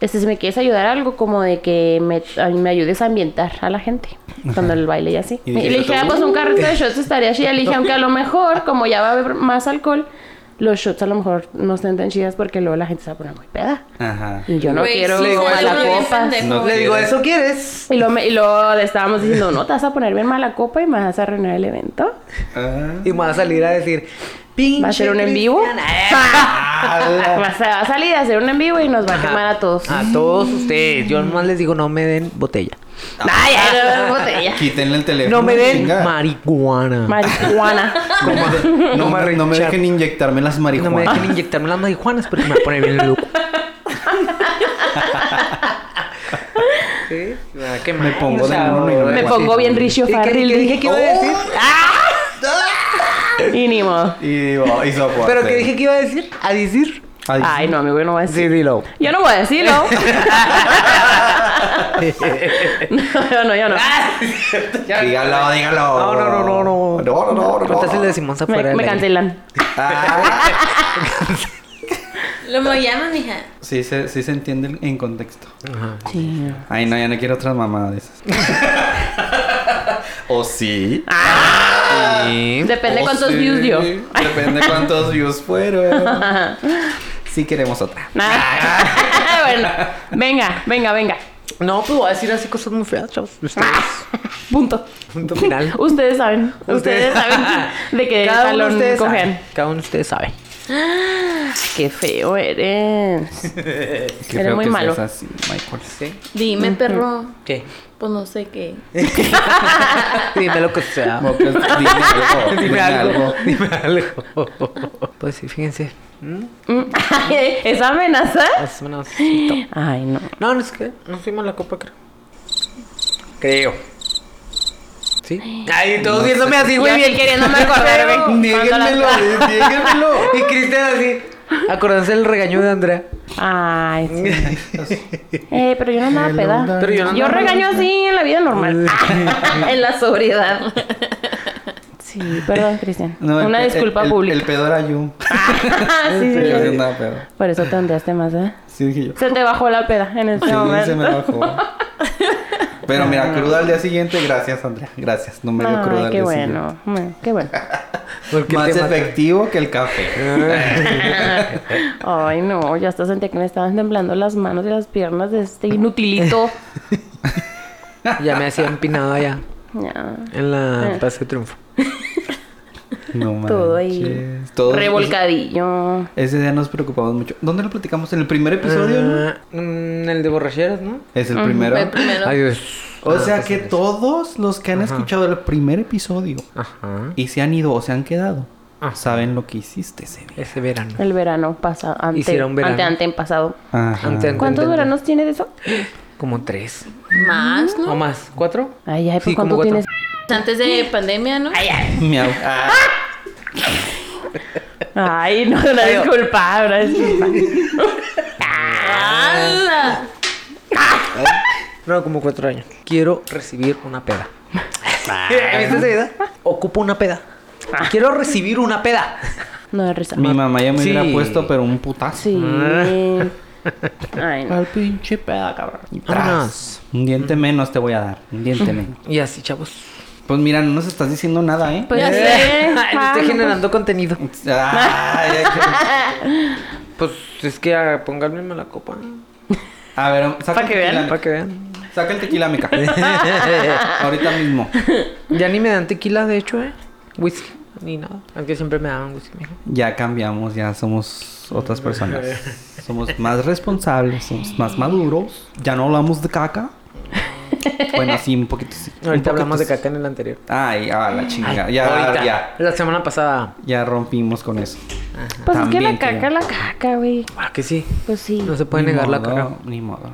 S5: este, si me quieres ayudar algo, como de que me, a- me ayudes a ambientar a la gente cuando el baile y así.
S2: Y
S5: Y,
S2: dijiste
S5: le dije,
S2: tú,
S5: ah, pues un carrito <laughs> de shots estaría chida. Le dije, aunque a lo mejor, como ya va a haber más alcohol, los shots a lo mejor no estén tan chidas porque luego la gente se va a poner muy peda.
S2: Ajá.
S5: Y yo no
S3: Güey,
S5: quiero
S3: sí,
S4: se
S5: mala
S4: ve uno
S3: bien
S5: copa.
S3: pendejo.
S2: No
S4: Le
S2: quieres.
S4: digo, ¿eso quieres?
S5: Y luego, me- y luego le estábamos diciendo, no, te vas a poner bien mala copa y me vas a arruinar el evento.
S2: Ah.
S4: Y me va a salir a decir, pinche. eh. Ah,
S5: ¿Va a ser un en vivo? Va a, sa- va a salir a hacer un en vivo y nos va a quemar a todos.
S4: A todos ustedes. Yo nomás les digo, no me den botella.
S5: Ay, ay, no, no, botella.
S2: <laughs> Quítenle el teléfono.
S4: No me den
S2: chinga.
S4: marihuana.
S5: Marihuana.
S2: No
S4: <laughs>
S2: me de- No,
S4: Coma
S2: me- no me
S4: Richard.
S2: dejen inyectarme las
S4: no me
S2: marihuanas.
S4: dejen inyectarme las marihuanas porque me va a poner bien
S2: <laughs>
S4: loco. sí, ah, qué mal,
S2: pongo de mono y no
S5: Me
S2: Guau,
S5: pongo
S2: sí,
S5: bien
S2: sí.
S5: Richo
S4: ¿Y qué-
S5: Farril.
S4: qué dije que iba a decir?
S5: Y ni modo.
S2: <laughs> Y, oh, y soporte.
S4: ¿Pero qué dije que iba a decir? ¿A decir?
S2: Ay,
S5: Ay, no, amigo, yo no voy a decir.
S4: dilo. <laughs>
S2: <laughs>
S5: Yo no voy a decirlo. no, yo no, yo no.
S2: Dígalo, dígalo.
S4: No, no, no, no,
S2: No,
S4: no.
S2: no, no, no.
S4: Entonces le decimos afuera.
S5: Me,
S4: del
S5: me
S4: aire.
S5: cancelan.
S4: <laughs>
S2: Ah,
S3: Lo me llaman, mija.
S2: sí, se, sí se entiende en contexto.
S4: Ajá.
S5: Sí.
S2: Ay, no, ya no quiero otras mamadas de esas. <laughs> ¿O sí? Oh, Sí.
S5: Ah, Depende
S2: ¿O
S5: cuántos views dio.
S2: Depende
S5: <laughs>
S2: cuántos views fueron. Sí queremos otra.
S5: Nada. <laughs> bueno, venga, venga, venga.
S4: No, pues voy a decir así cosas muy
S2: <laughs>
S4: feas, chavos. Ustedes.
S5: Punto.
S4: Punto final.
S5: Ustedes
S4: <laughs>
S5: saben. <laughs> Ustedes,
S4: Ustedes-
S5: saben de qué
S4: Cada uno de
S5: talón
S4: ustedes
S5: cogen.
S4: sabe. Cada uno de
S2: <laughs>
S4: ustedes sabe.
S5: Qué feo eres.
S2: Qué
S5: Eres
S2: feo
S5: muy
S2: que
S5: malo.
S2: seas así, Michael.
S4: ¿Sí?
S3: Dime, perro.
S4: ¿Qué?
S3: Pues no sé qué.
S4: Dime lo que sea.
S2: Como <laughs> que- Dime pues, algo.
S4: <laughs> Dime algo. Dime algo. Pues sí, fíjense. ¿Mm?
S5: Mm. ¿Esa amenaza?
S4: Más o menos. No,
S5: Ay, no.
S4: no es que no soy mala copa, creo. Creo. ¿Sí? Ay, todos viéndome así,
S5: Yo
S4: güey.
S5: aquí
S4: bien.
S5: queriéndome acordarme.
S4: Feo.
S2: Niéguenmelo, eh, niéguenmelo.
S4: Y Cristian así. Acordarse el regaño de Andrea.
S5: Ay, sí. Eh, pero yo no andaba peda.
S4: Pero yo no
S5: Yo
S4: andaba-
S5: regaño así en la
S2: <laughs>
S5: vida normal. en la sobriedad. Sí,
S4: <laughs>
S5: perdón, Cristian.
S2: No, el
S5: <laughs> Una
S2: pe-
S5: disculpa
S2: el- el-
S5: pública. Ah,
S2: El pedo era yo.
S5: <laughs> sí, sí,
S2: Yo
S5: sí.
S2: no andaba pedo.
S5: Por eso te ondeaste más, ¿eh?
S2: Sí, dije yo.
S5: Se te bajó la peda en este
S2: Sí,
S5: momento.
S2: se me bajó. Pero mira, cruda al día siguiente, gracias Andrea, gracias, no me dio cruda
S5: Ay,
S2: al
S5: qué
S2: día
S5: bueno. Bueno, Qué bueno.
S2: siguiente. Más efectivo que el café.
S5: <laughs> Ay, no, ya hasta sentía que me estaban temblando las manos y las piernas de este inutilito.
S4: <laughs> Ya me hacía empinado allá.
S5: Ya.
S4: En la Pase de Triunfo.
S2: No manches.
S5: Todo ahí
S2: Todo-
S5: revolcadillo.
S2: Ese día nos preocupamos mucho. ¿Dónde lo platicamos? ¿En el primer episodio? no?
S4: Ah, mm, el de borracheras, ¿no?
S2: Es el primero.
S3: Fue primero.
S4: Ay, Dios.
S2: O
S4: Ah,
S2: sea
S4: pues,
S2: que
S4: sí.
S2: todos los que han escuchado el primer episodio
S4: Ajá.
S2: y se han ido o se han quedado,
S4: Ajá.
S2: saben lo que hiciste ese día.
S4: Ese verano.
S5: El verano pasado, ante,
S4: Hicieron verano.
S5: ante, ante, pasado.
S2: Ajá.
S4: Antes-
S5: ¿Cuántos
S4: Entendí.
S5: veranos tiene de eso?
S4: Como tres.
S5: Ah.
S3: Más, ¿no?
S4: ¿O más? ¿Cuatro?
S5: Ay, ay, pues
S4: Sí,
S5: cuánto
S4: como cuatro.
S5: tienes.
S3: Antes de pandemia, ¿no?
S2: Miau. Ah,
S5: Ay, no, una disculpa, una disculpa.
S3: ¡Hala!
S4: No, como cuatro años. Quiero recibir una <laughs> peda. ¿Viste esa idea? Ocupo una peda. Quiero recibir una peda.
S5: No de risa.
S2: mi mamá ya me
S4: Sí.
S2: hubiera puesto, pero un putazo.
S5: Sí. Ay, no.
S2: Al pinche peda, cabrón. Y tras.
S4: Vámonos.
S2: Un diente menos te voy a dar. Un
S4: <laughs>
S2: diente menos.
S4: Y así, chavos.
S2: Pues mira, no nos estás diciendo nada, ¿eh?
S4: <laughs>
S5: Pues
S3: Ya
S5: sí.
S3: sé.
S4: Ay,
S5: Ah,
S4: estoy
S5: no,
S4: generando contenido.
S2: Ay, ay, ay.
S4: Pues es que ah, pónganme la copa.
S2: a ver, saca
S5: Pa'
S2: el
S5: que
S2: tequila,
S5: vean,
S2: mica.
S4: Para que
S2: <laughs>
S4: vean.
S2: Saca el tequila,
S4: <laughs>
S2: mica. Ahorita mismo.
S4: Ya ni me dan tequila, de hecho, ¿eh? Whisky. Ni nada. Aunque siempre me daban whisky, mijo.
S2: Ya cambiamos, ya somos otras personas. Somos más responsables, somos más maduros. Ya no hablamos de caca. Bueno, sí, un poquito sí. Un poquito
S4: Ahorita hablamos de
S2: sí.
S4: caca en el anterior.
S2: Ay, a la chingada. Ya,
S4: Ahorita,
S2: ya,
S4: La semana pasada.
S2: ya rompimos con eso.
S5: Pues es que
S2: También
S5: la caca,
S2: creo.
S5: la caca, güey.
S4: Ah, que sí.
S5: Pues sí.
S4: No se puede
S2: Ni
S4: negar la
S2: modo,
S4: caca.
S2: Ni
S4: <laughs>
S2: modo.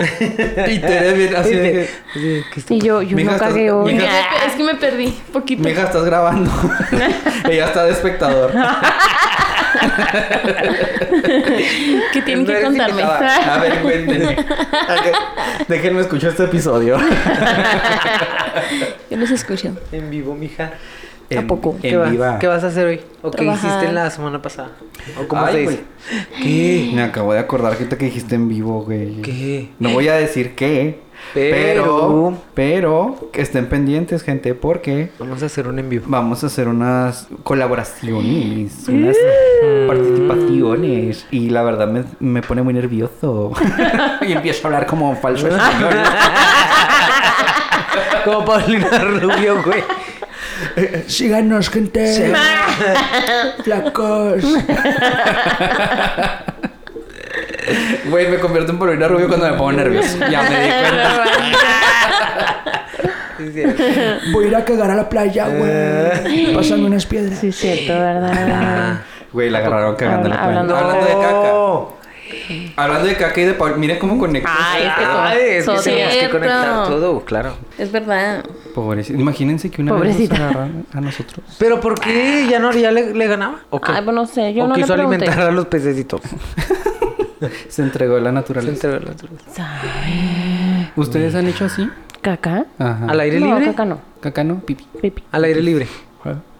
S4: Y te ves bien
S2: Ah,
S4: así de que- así de que
S5: Y yo, yo
S2: Mija,
S5: no
S2: estás-
S5: cagué hoy.
S2: mija,
S3: Me- Es que me perdí poquito.
S2: Mija, estás
S4: <laughs>
S2: grabando. Ella está de espectador.
S3: ¿Qué tienen
S2: No
S3: <laughs> que
S2: eres
S3: contarme?
S2: invitada. A
S4: <laughs>
S2: ver, cuéntenme. Ok, Déjenme escuchar este episodio.
S3: <laughs> Yo los escucho.
S4: En vivo, mija.
S2: En-
S3: poco?
S2: En
S4: ¿Qué, vas-
S2: viva.
S4: qué vas a hacer hoy? ¿O qué
S3: Trabajar.
S4: hiciste en la semana pasada? ¿O cómo
S2: Ay, pues. güey.
S4: se dice? ¿Qué?
S2: Me acabo de acordar ahorita que dijiste en vivo, güey.
S4: ¿Qué?
S2: No voy a decir qué. Pero,
S4: Pero-
S2: pero, que estén pendientes, gente, porque
S4: Vamos a hacer un en
S2: <laughs>
S4: vivo. <laughs>
S2: vamos a hacer unas colaboraciones,
S5: Mm.
S2: unas participaciones. Y la verdad me, me pone muy nervioso. <laughs> y empiezo a hablar como
S5: <laughs>
S2: falso español.
S4: Como Paulina Rubio, güey.
S2: Síganos, gente.
S5: <laughs>
S2: Flacos. <laughs> Güey, me convierto en Paulina Rubio cuando me pongo nervioso. Ya me di
S5: <laughs>
S2: cuenta.
S4: Sí, sí.
S2: Voy a ir a cagar a la playa, güey. Pásame unas piedras.
S5: Eh. Sí, es cierto, <laughs> ¿verdad?
S4: Ah.
S2: Güey, la agarraron cagando en la playa.
S5: Hablando-
S2: Hablando de caca.
S4: Oh.
S2: Hablando de caca y de Paul. Mira cómo conecta.
S3: Ay, es que todo.
S4: Ay, Ah, es que
S3: todo
S4: tenemos que
S3: cierto.
S4: conectar todo, claro.
S3: Es verdad.
S2: Pobrecita. Imagínense que una
S5: Pobrecita.
S2: vez nos agarraron a nosotros.
S4: ¿Pero por qué? ¿Ya no ya le, le ganaba? ¿O qué?
S5: Ay, pues no sé, yo
S4: ¿O
S5: no le
S4: quiso
S5: pregunté.
S4: alimentar a los <laughs> pececitos.
S2: <laughs> Se entregó a la naturaleza.
S4: Entre los otros.
S2: ¿Ustedes han hecho así?
S5: ¿Caca?
S2: Ajá.
S4: ¿Al aire
S5: No,
S4: libre?
S5: caca no.
S2: Caca no, pipi.
S5: Pipi.
S4: Al aire libre.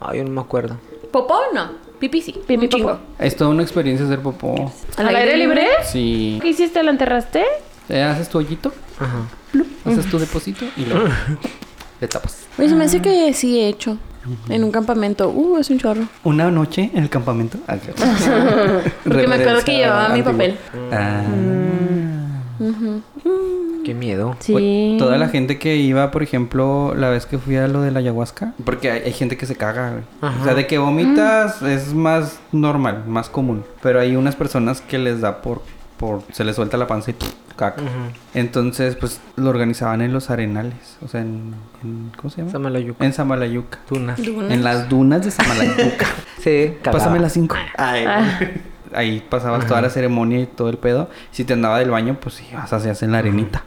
S4: Ay, yo no me acuerdo.
S3: Popó no. Pipí sí.
S5: Pipi,
S3: Un chingo.
S5: popó.
S2: Es toda una experiencia hacer popó.
S5: ¿Al aire libre?
S2: Sí.
S5: ¿Qué hiciste? ¿La enterraste?
S2: Te haces tu hoyito,
S4: Ajá.
S2: haces tu depósito y <laughs> lo le tapas.
S3: Oye, se me
S2: Ah.
S3: hace que sí he hecho. En un campamento. Uh, es un chorro.
S2: Una noche en el <laughs> campamento.
S3: Porque me acuerdo que llevaba mi papel.
S2: Ah.
S4: Qué miedo.
S5: Sí.
S2: Oye, Toda la gente que iba, por ejemplo, la vez que fui a lo de la ayahuasca, porque hay, hay gente que se caga, güey. O sea, de que vomitas es más normal, más común. Pero hay unas personas que les da por. por se les suelta la panza y caca. Entonces, pues lo organizaban en los arenales. O sea, en. en- ¿Cómo se llama?
S4: Samalayuca.
S2: En Samalayuca.
S4: <laughs> Tunas.
S3: Dunas.
S2: En las dunas de Samalayuca.
S4: Sí, cagaba.
S2: Pásame las cinco. Ahí pasabas toda la ceremonia y todo el pedo. Si te andaba del baño, pues sí, vas a hacer en la arenita.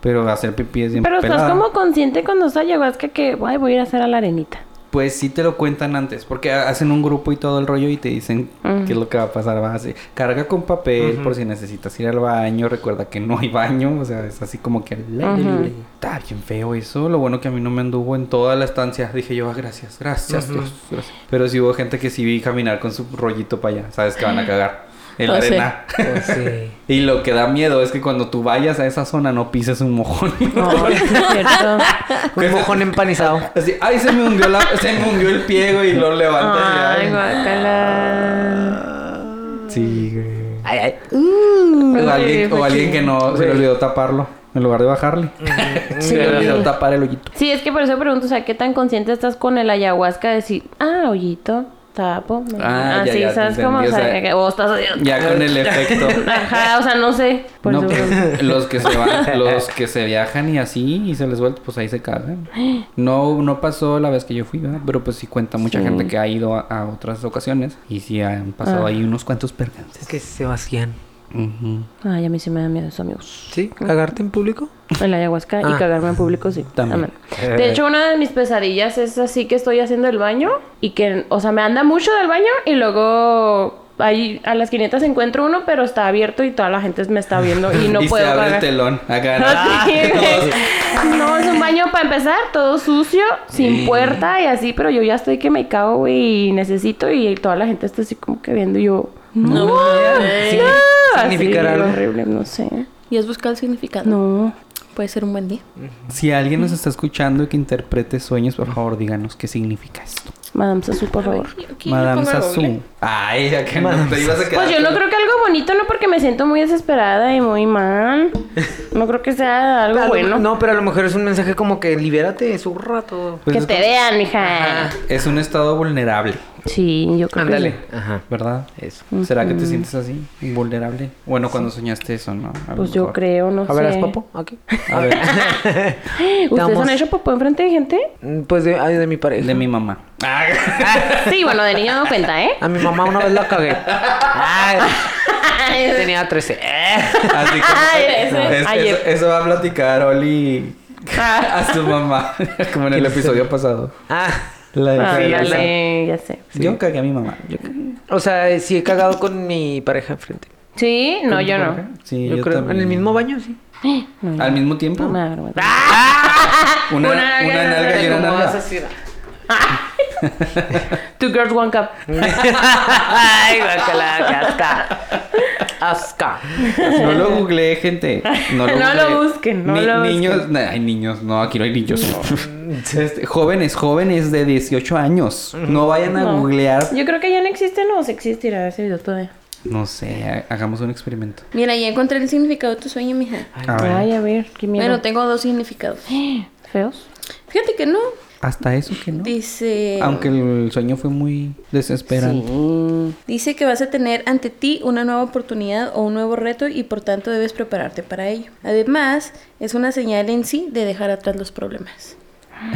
S2: Pero hacer pipí es bien
S5: Pero estás
S2: pelada.
S5: como consciente cuando está ayahuasca que ay, voy a ir a hacer a la arenita. <laughs>
S2: Pues sí te lo cuentan antes, porque ha- hacen un grupo y todo el rollo y te dicen
S5: Ujú.
S2: qué es lo que va a pasar. Vas a hacer- Carga con papel por si necesitas ir al baño. Recuerda que no hay baño, o sea, es así como que al aire libre. Está bien feo eso. Lo bueno que a mí no me anduvo en toda la estancia. Dije yo, "Ah, gracias, gracias, Dios, gracias". Pero sí hubo gente que sí vi caminar con su rollito para allá. Sabes que van a cagar en la
S5: Pues
S3: Oh, sí.
S2: arena.
S4: Oh, sí.
S2: Y lo que da miedo es que cuando tú vayas a esa zona no pises un mojón.
S5: No, sí es cierto.
S4: Un mojón empanizado.
S2: <laughs> Así, ay, se me hundió, la- se me hundió el pie, güey", y lo levantas y
S5: Ay,
S2: ay,
S5: guacala.
S2: Sí, güey.
S4: Ay, ay.
S5: Mm.
S2: O alguien,
S5: Ay,
S2: o alguien que no se le olvidó taparlo en lugar de bajarle. <laughs> se le olvidó tapar el hoyito.
S5: Sí, es que por eso pregunto, o sea, ¿qué tan consciente estás con el ayahuasca? de Decir, ah, hoyito, tapo.
S2: Ah, ya,
S5: así,
S2: ya, te
S5: ¿sabes cómo?
S2: entendí,
S5: O
S2: o
S5: sea,
S2: sea,
S5: que- o estás así,
S2: Ya
S4: <laughs>
S2: con el efecto.
S5: Ajá, o sea, no sé. <laughs> Por
S2: No,
S5: eso pregunto.
S2: pues, <laughs> los que se
S4: <laughs>
S2: van, los que se viajan y así y se les vuelve, pues ahí se casan. No, no pasó la vez que yo fui, ¿verdad? pero pues sí cuenta mucha gente que ha ido a, a otras ocasiones y sí han pasado
S5: Ah.
S2: ahí unos cuantos percances.
S4: Es que Sebastián.
S2: Ujú.
S5: Ay, a mí sí me da miedo eso, amigos.
S4: ¿Sí? ¿Cagarte en público?
S5: El ayahuasca y
S4: Ah.
S5: cagarme en público, sí.
S2: También.
S5: Amén. De hecho, una de mis pesadillas es así que estoy haciendo el baño y que, o sea, me anda mucho del baño y luego ahí a las 500 encuentro uno, pero está abierto y toda la gente me está viendo y
S2: <laughs>
S5: no
S2: y
S5: puedo
S2: se abre el
S5: <laughs>
S2: Ah,
S5: cagar.
S2: telón acá.
S5: Así,
S2: <laughs>
S5: güey. No, es un baño para empezar, todo sucio, sin puerta y así, pero yo ya estoy que me cago, güey, y necesito y toda la gente está así como que viendo y yo... No, no,
S4: sí, significará
S5: así,
S4: algo.
S5: horrible, no sé.
S3: Y has buscado el significado.
S5: No.
S3: Puede ser un buen día.
S2: Si alguien nos está escuchando y que interprete sueños, por favor, díganos qué significa esto.
S5: Madame Sasu, por favor.
S2: Madame Sassou. Ay, ya que no te ibas a quedar.
S5: Pues yo no creo que algo bonito, no porque me siento muy desesperada y muy mal. No creo que sea
S4: A
S5: algo
S4: lo-
S5: bueno.
S4: No, pero a lo mejor es un mensaje como que libérate, es un rato.
S2: Pues
S5: que
S2: es
S5: te
S2: como-
S5: vean, mija.
S2: Es un estado vulnerable.
S5: Sí, yo creo
S4: Ándale.
S5: que
S4: Ajá.
S2: ¿Verdad?
S4: Eso.
S2: ¿Será que te sientes así? Vulnerable. Bueno, cuando soñaste eso, ¿no? A
S5: sí.
S2: lo
S5: Pues yo
S2: mejor.
S5: creo, no
S4: A ver, haz
S5: sé.
S4: papo. Aquí.
S2: A ver,
S5: <laughs> ¿Ustedes
S4: Estamos-
S5: han hecho popó enfrente de gente?
S4: Mm, Pues de, ay, de mi pareja.
S2: de mi mamá. <laughs> Ah,
S5: Sí, bueno, de niño no cuenta, ¿eh?
S4: A mi mamá una vez la cagué.
S5: <laughs>
S4: Ay, tenía 13.
S2: Así como-
S5: Ay, Ah, eso.
S2: Es- eso,
S5: Ayer. Ah.
S2: eso va a platicar Oli <laughs> a su mamá, como en el episodio pasado.
S4: <laughs> <laughs> Ah.
S2: La de
S5: Ah,
S2: que-
S5: ya
S2: o sea,
S5: sé, ya sé.
S2: Yo cagué a mi mamá.
S4: O sea, sí he cagado con mi pareja enfrente.
S5: Sí, no, yo no.
S2: Sí,
S4: yo, creo.
S2: también.
S4: En el mismo baño, sí.
S2: ¿Al mismo tiempo?
S5: No me
S2: Una,
S5: avergüenza.
S2: una, nalga y una
S4: ¿Cómo vas
S2: nalga.
S4: así?
S5: <laughs> Two girls, one cup.
S4: Ay, guacala, qué asca. Asca.
S2: Pues No lo googleé, gente. No lo,
S5: <laughs> No lo
S2: googleé.
S5: busquen, no lo
S2: Niños, nah, hay niños, no, aquí no hay niños. <laughs> Este, jóvenes, jóvenes de 18 años. No vayan a
S5: No.
S2: googlear.
S5: Yo creo que ya no existen o se existirá ese video todavía.
S2: No sé, ha- hagamos un experimento.
S3: Mira, ya encontré el significado de tu sueño, mija.
S2: A ver,
S5: Ay, a ver, qué miedo.
S3: Bueno, tengo dos significados.
S5: Feos.
S3: Fíjate que no.
S2: hasta eso que no.
S3: Dice.
S2: Aunque el sueño fue muy desesperante.
S5: Sí.
S3: Dice que vas a tener ante ti una nueva oportunidad o un nuevo reto y por tanto debes prepararte para ello. Además, es una señal en sí de dejar atrás los problemas.
S2: Ah.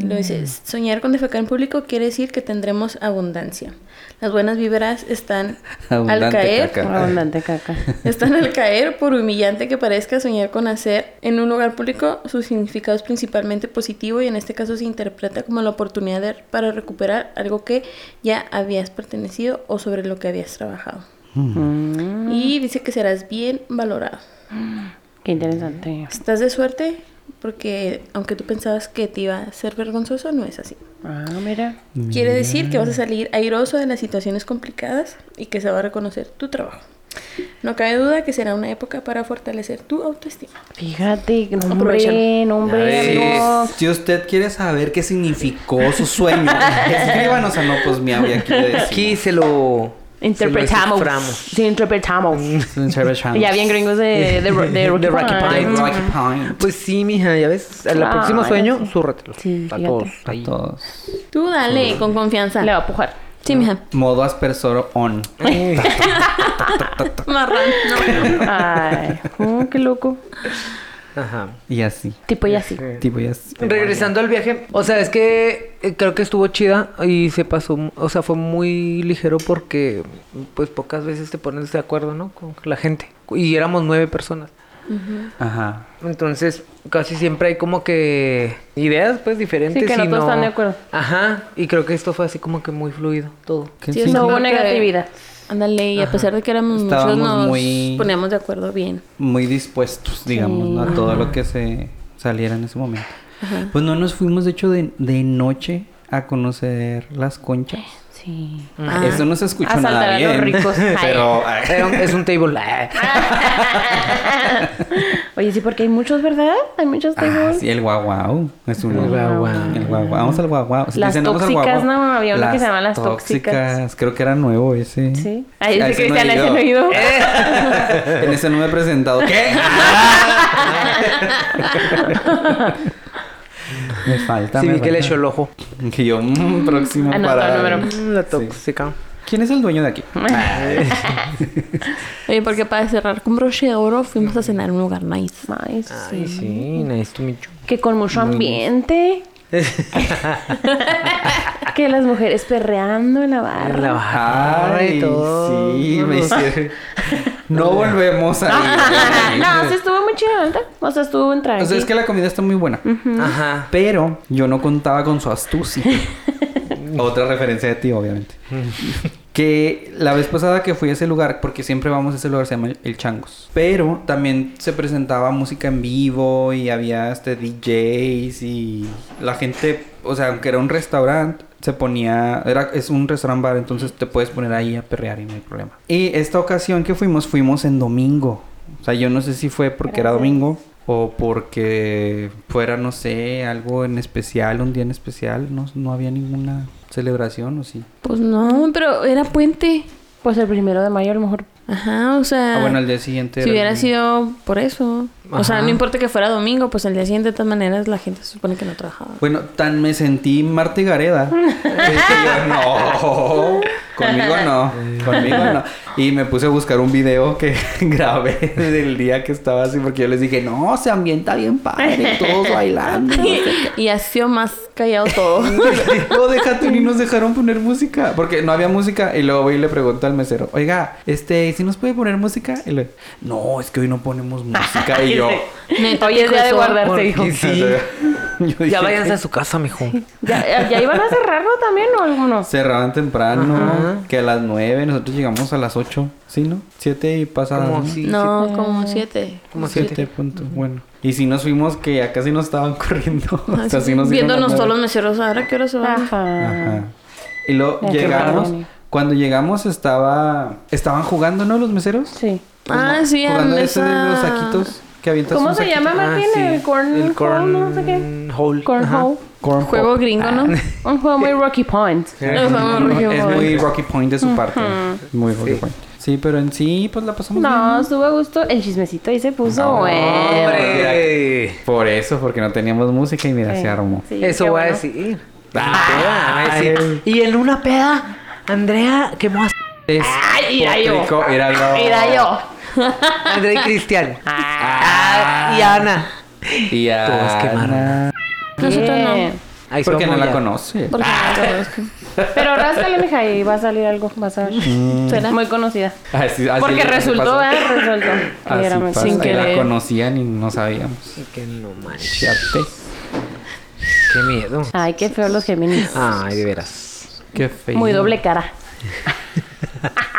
S3: Y Lo dice, soñar con defecar en público quiere decir que tendremos abundancia. Las buenas vibras están al
S2: Abundante
S3: caer.
S2: caca.
S5: Abundante caca.
S3: Están al caer, por humillante que parezca soñar con hacer en un lugar público, su significado es principalmente positivo y en este caso se interpreta como la oportunidad de- para recuperar algo que ya habías pertenecido o sobre lo que habías trabajado.
S5: Mm,
S3: Y dice que serás bien valorado.
S5: Qué interesante.
S3: Estás de suerte porque aunque tú pensabas que te iba a ser vergonzoso, no es así.
S5: Ah, mira.
S3: Quiere decir que vas a salir airoso de las situaciones complicadas y que se va a reconocer tu trabajo. No cabe duda que será una época para fortalecer tu autoestima.
S5: Fíjate, nombre,
S3: Aprovechalo.
S4: A
S5: nombre,
S4: ver.
S5: amigo.
S2: Si usted quiere saber qué significó su
S5: <laughs>
S2: sueño, escríbanos a no, pues miau, y aquí le
S4: Aquí
S2: decimos.
S4: se lo.
S5: Interpretamos.
S4: Se lo desciframos.
S5: Sí, interpretamos.
S2: Intervention.
S5: Ya bien gringos de, de, de, de
S4: De Rocky
S2: Ay,
S4: Pine.
S2: Rocky Pine.
S4: Pues sí, mija, ya ves. Al
S5: Ah,
S4: próximo
S5: ya
S4: sueño,
S5: sé.
S4: súrratelo.
S5: Sí,
S4: A
S5: fíjate.
S4: todos.
S2: A
S4: ahí.
S2: todos.
S3: Tú dale, con confianza.
S5: Le va a pujar.
S3: Sí, mija.
S2: Modo aspersor on.
S5: <laughs>
S3: Marrón. No.
S5: Ay, oh, qué loco.
S4: Ajá.
S2: Y así.
S5: Tipo y así.
S2: Tipo, y así.
S4: Regresando al viaje, o sea, es que eh, creo que estuvo chida y se pasó, o sea, fue muy ligero porque pues pocas veces te pones de acuerdo, ¿no? Con la gente. Y éramos nueve personas.
S2: Ajá.
S4: Entonces, casi siempre hay como que ideas pues diferentes.
S5: Sí, que no
S4: y
S5: todos están de acuerdo.
S4: Ajá, y creo que esto fue así como que muy fluido todo.
S2: ¿Qué
S3: Sí,
S2: significa?
S5: No
S3: no
S5: hubo
S3: creo.
S5: negatividad.
S3: Ándale, y a pesar de que éramos
S2: Estábamos
S3: muchos, nos
S2: muy-
S3: poníamos de acuerdo bien.
S2: muy dispuestos, digamos, ¿no? a todo lo que se saliera en ese momento. Pues no nos fuimos, de hecho, de, de noche a conocer las conchas.
S5: Sí.
S3: Ah.
S2: Eso no se escuchó
S5: A saltar
S2: nada
S5: a los
S2: bien.
S5: ricos.
S2: <laughs> Pero
S4: Era un- es un
S5: <laughs>
S4: table. Ah.
S5: Ah. Oye, sí, porque hay muchos, ¿verdad? Hay muchos
S2: Ah,
S5: tables.
S2: sí, el guaguau. Es un
S4: El guaguau.
S2: El guaguau. Vamos al guaguau.
S5: Las
S2: Dicen, "Vamos al
S5: tóxicas",
S2: guaguau.
S5: ¿no? Había uno que se llamaba Las
S2: Creo que era nuevo ese.
S5: Sí. Ahí
S2: A
S5: dice
S2: ese no he
S5: Cristian, ¿ese
S2: ido.
S5: no he ido?
S2: <laughs> En ese no me he presentado.
S5: <laughs>
S2: ¿Qué? <laughs> me falta.
S4: Sí,
S2: me
S4: vi que le
S2: falta.
S4: echó el ojo.
S2: Que yo, mm, próximo
S5: Anotó el
S2: para...
S5: número.
S4: Mm, La
S2: Sí.
S4: tóxica.
S2: ¿Quién es el dueño de aquí?
S3: Oye, porque para cerrar con broche de oro fuimos a cenar a un lugar nice.
S5: <laughs> Ay,
S4: Ay,
S5: sí.
S4: sí, nice to
S5: <laughs>
S4: meet you.
S5: Que con mucho ambiente. <laughs> que las mujeres perreando en la barra. <laughs>
S4: En la barra y todo.
S2: sí, me hicieron... No volvemos
S5: <laughs>
S2: a ir.
S5: no, sí estuvo muy chido, ¿verdad? O sea, estuvo en
S2: O sea, es que la comida está muy buena.
S4: Ajá.
S2: Pero yo no contaba con su astucia. Otra referencia de ti, obviamente. que la vez pasada que fui a ese lugar, porque siempre vamos a ese lugar, se llama El- El Changos. Pero también se presentaba música en vivo y había este DJs y la gente, o sea, aunque era un restaurante, se ponía, era, es un restaurant bar, entonces te puedes poner ahí a perrear y no hay problema. Y esta ocasión que fuimos, fuimos en domingo. O sea, yo no sé si fue porque era domingo o porque fuera, no sé, algo en especial, un día en especial, no, no había ninguna celebración o sí.
S3: Pues no, pero era puente.
S5: Pues el primero de mayo a lo mejor
S3: Ajá, o sea.
S2: Ah, bueno, al día siguiente.
S3: Si
S2: era
S3: hubiera
S2: el-
S3: sido por eso. O sea,
S4: Ajá.
S3: no importa que fuera domingo, pues al día siguiente de todas maneras la gente se supone que no trabajaba.
S2: Bueno, tan me sentí Marta y Gareda. que yo, no, conmigo no, conmigo no. Y me puse a buscar un video que <laughs> grabé del día que estaba así, porque yo les dije, no, se ambienta bien padre, todos bailando. no sé <laughs> qué".
S3: Y ha sido más callado todo.
S2: No, déjate, ni nos dejaron poner música. Porque no había música. Y luego voy y le pregunto al mesero, oiga, este, ¿si nos puede poner música? Y le, no, es que hoy no ponemos música. Y yo,
S3: <laughs> Neta,
S5: Hoy es
S3: dijo
S5: día de
S3: eso.
S5: guardarse, dijo.
S4: Y sí.
S2: <laughs> Yo dije, "Eh,
S4: Ya váyanse a su casa, mijo.
S5: ¿Ya, ya iban a cerrarlo también o alguno?
S2: Cerraban temprano,
S4: Ajá.
S2: que a las 9, nosotros llegamos a las 8, ¿sí, no? 7 y pasadas.
S4: Como
S2: ¿no?
S4: si-
S3: No, como siete.
S4: como
S2: Siete
S4: siete.
S2: punto, bueno. Y si nos fuimos, que ya casi nos estaban <laughs> corriendo. o sea, sí nos dieron
S3: Viéndonos
S2: las
S3: todos los
S2: nueve.
S3: meseros, "Ah, ¿ahora qué hora se va?
S5: Ajá.
S2: Ajá. Y luego
S5: Ya, qué
S2: llegamos,
S5: raro.
S2: cuando llegamos estaba... Estaban jugando, ¿no? Los meseros.
S5: Sí.
S3: Ah, sí,
S2: Jugando
S3: en
S2: ese de los
S3: esa-
S2: saquitos que avientas
S5: ¿Cómo
S2: un
S5: se
S2: saquito.
S5: llama, Martín?
S4: sí.
S5: El corn...
S4: El corn-
S5: no sé qué.
S4: hole.
S5: Cornhole.
S2: Corn pop.
S3: Juego gringo,
S2: <laughs>
S3: ¿no?
S5: Un juego muy Rocky Point.
S3: Nos vamos,
S2: No,
S3: Rocky
S2: es
S3: Point.
S2: muy Rocky Point de su parte. Muy Rocky Point. Sí, pero en sí, pues la pasamos
S5: No,
S2: bien.
S5: estuvo a gusto. El chismecito ahí se puso,
S2: No,
S5: bueno.
S4: ¡Hombre!
S2: Por eso, porque no teníamos música y mira,
S5: Sí.
S2: se armó.
S5: Sí,
S4: Eso
S5: qué
S4: voy a
S5: bueno.
S4: decir.
S2: Ah,
S4: Ah, sí.
S2: el-
S4: Y en una peda, Andrea quemó a
S2: Es
S5: Ay, era yo.
S2: potrico, Era yo.
S5: Mira yo.
S4: Andrea
S2: <laughs>
S4: y Cristian.
S2: Ah.
S4: Ah, y Ana.
S2: Y a
S4: Todos quemaron.
S2: Ana.
S3: Nosotros no.
S5: Bien. Ah.
S4: Ahí
S2: Porque no
S4: somos
S2: la
S4: ya.
S2: conoce.
S3: Porque no la conozco.
S5: Pero ráscale, mija, y va a salir algo. Vas a ver.
S2: Mm.
S3: ¿Será?
S5: Muy conocida.
S2: Ah, Así- así
S5: Porque
S2: le- así
S5: resultó,
S2: pasa.
S5: ¿eh? Resultó. Y
S2: Así
S5: era muy
S2: pasa,
S5: sin
S2: que la
S5: querer.
S2: conocían y no sabíamos.
S4: Y Que no manches.
S2: Fíjate.
S4: Qué miedo.
S5: Ay, qué feo los Géminis.
S2: Ah,
S4: Ay, de veras.
S2: Qué feo.
S5: Muy doble
S2: <laughs>
S5: cara. <laughs>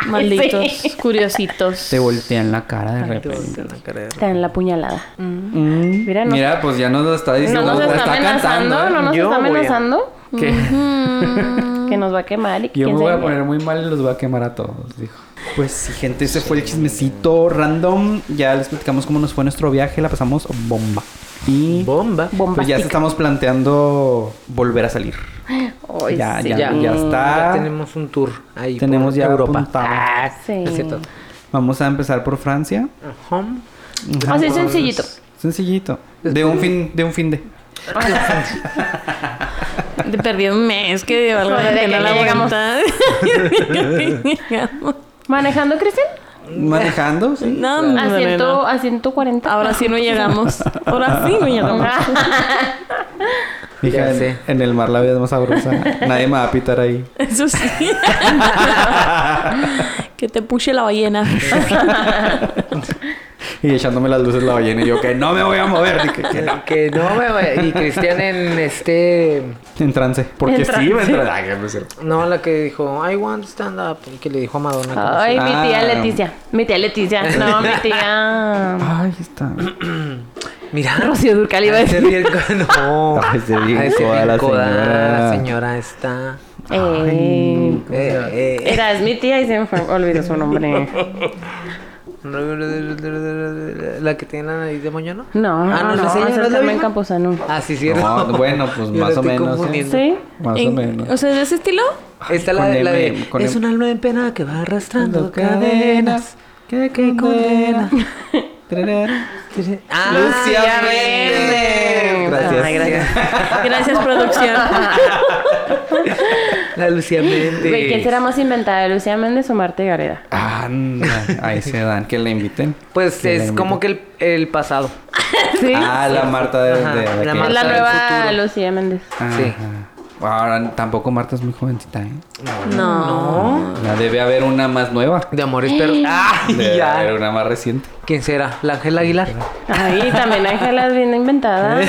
S3: Malditos,
S5: Sí.
S3: curiositos.
S2: <laughs> Te voltean la cara de repente.
S5: Está en la puñalada.
S2: Mm.
S5: Mira, no-
S2: Mira, pues ya nos lo está diciendo.
S5: No nos
S2: la
S5: está
S2: cantando,
S5: amenazando,
S2: ¿eh?
S5: no nos
S4: Yo
S5: está
S4: voy a-
S5: amenazando.
S2: Que
S5: Que nos va a quemar y que
S2: yo me
S5: quién
S2: voy a
S5: sabe.
S2: poner muy mal y los voy a quemar a todos, dijo. Pues sí, gente, ese fue el chismecito random. Ya les platicamos cómo nos fue nuestro viaje, la pasamos bomba. Y
S4: Bomba.
S2: pues ya
S5: Bombástica.
S2: estamos planteando volver a salir.
S5: Ay,
S2: ya,
S5: sí.
S2: ya,
S4: Ya.
S3: Mm.
S2: ya está.
S4: Ya tenemos un tour ahí.
S2: Ah. Tenemos
S4: por
S2: ya
S4: Europa.
S2: apuntado.
S4: Ah,
S5: Sí.
S4: Es cierto.
S2: Vamos a empezar por Francia.
S4: Ajá.
S2: Ajá.
S5: Así sencillito.
S2: Sencillito. De un fin, de un fin de.
S3: Te perdí un mes que valga la
S5: Joder, de
S3: pena
S5: que
S3: la
S5: llegamos.
S3: voluntad.
S2: <laughs>
S3: Llegamos.
S5: ¿Manejando, Cristian?
S2: Manejando, sí.
S3: <laughs> no,
S5: A,
S3: no, no,
S5: ciento-
S3: no.
S5: a 140.
S3: Ahora sí no llegamos. Ahora sí no llegamos.
S5: Ah.
S2: Hija,
S4: Ya
S2: en,
S4: sé.
S2: en el mar la vida es más sabrosa. Nadie me va a pitar <laughs> ahí.
S3: Eso sí. <laughs> que te puche
S2: <laughs>
S3: la ballena.
S2: Y echándome las luces la ballena y yo que no me voy a mover. Dije, que no.
S4: Que no me vaya. Y Cristian en este.
S2: En trance. Porque
S5: En
S2: sí, me
S5: trance.
S2: entra. Ay, que no es cierto.
S4: No, la que dijo, I want stand up. Y que le dijo a Madonna. que no
S5: <laughs>
S4: sé.
S5: Ay, mi tía
S2: Ah.
S5: Leticia. Mi tía Leticia. No, mi
S2: <laughs>
S5: tía.
S2: Ay, está.
S4: Mira.
S5: Rocío Durcal iba a
S4: Ha de ser
S5: decir.
S4: bien co-
S5: <laughs>
S4: no.
S2: Ha de ser bien
S4: Ha de ser
S2: coda
S4: bien
S2: la
S4: coda,
S2: señora.
S4: La señora está.
S5: Eh,
S4: Eh, eh,
S5: era, es mi tía y se me fue. Olvidé su nombre.
S4: eh. La que tiene la nariz de moñono.
S5: No,
S4: Ah, no,
S5: no,
S4: la
S5: no,
S4: señora
S5: es el
S4: es la
S5: Carmen
S4: misma. <laughs>
S5: Campuzano.
S4: Ah, sí, cierto.
S2: No, bueno, pues,
S4: <laughs> Yo la
S2: más o
S4: estoy
S2: menos, ¿eh?
S4: confundiendo.
S5: ¿Sí?
S2: Más o
S3: En-
S2: menos.
S3: O sea, de ese estilo.
S4: Está la,
S2: Con
S4: de- la
S2: M,
S4: de.
S2: con
S4: Es
S2: M.
S4: un alma en pena que va arrastrando
S2: Arrastrando
S4: cadenas.
S2: que
S4: que condena.
S2: <laughs>
S4: Ah,
S5: Lucia Méndez.
S4: Méndez. Gracias.
S5: Ay, <laughs>
S4: <laughs>
S3: Gracias, producción.
S4: La Lucía Méndez.
S5: Güey, ¿quién será más inventada, Lucía Méndez o Marta Gareda?
S2: Anda, ahí se dan, que le inviten.
S4: Pues
S2: Que la
S4: es
S2: inviten.
S4: como que el, el pasado.
S5: Sí.
S2: Ah, la Marta de...
S4: Ajá,
S2: de- de
S4: la
S2: que-
S5: es la
S4: Marta del
S5: nueva
S4: futuro.
S5: Lucía Méndez.
S2: Ajá.
S4: Sí.
S2: Ahora, tampoco Marta es muy jovencita, ¿eh?
S3: No.
S2: La debe haber una más
S4: <laughs>
S2: nueva.
S4: De amores, pero.
S5: Eh.
S4: ¡Ay,
S2: Debe haber
S4: ya!
S2: una más reciente.
S4: ¿Quién será? ¿La Ángel Aguilar?
S5: Ay, también Ángela es bien inventada.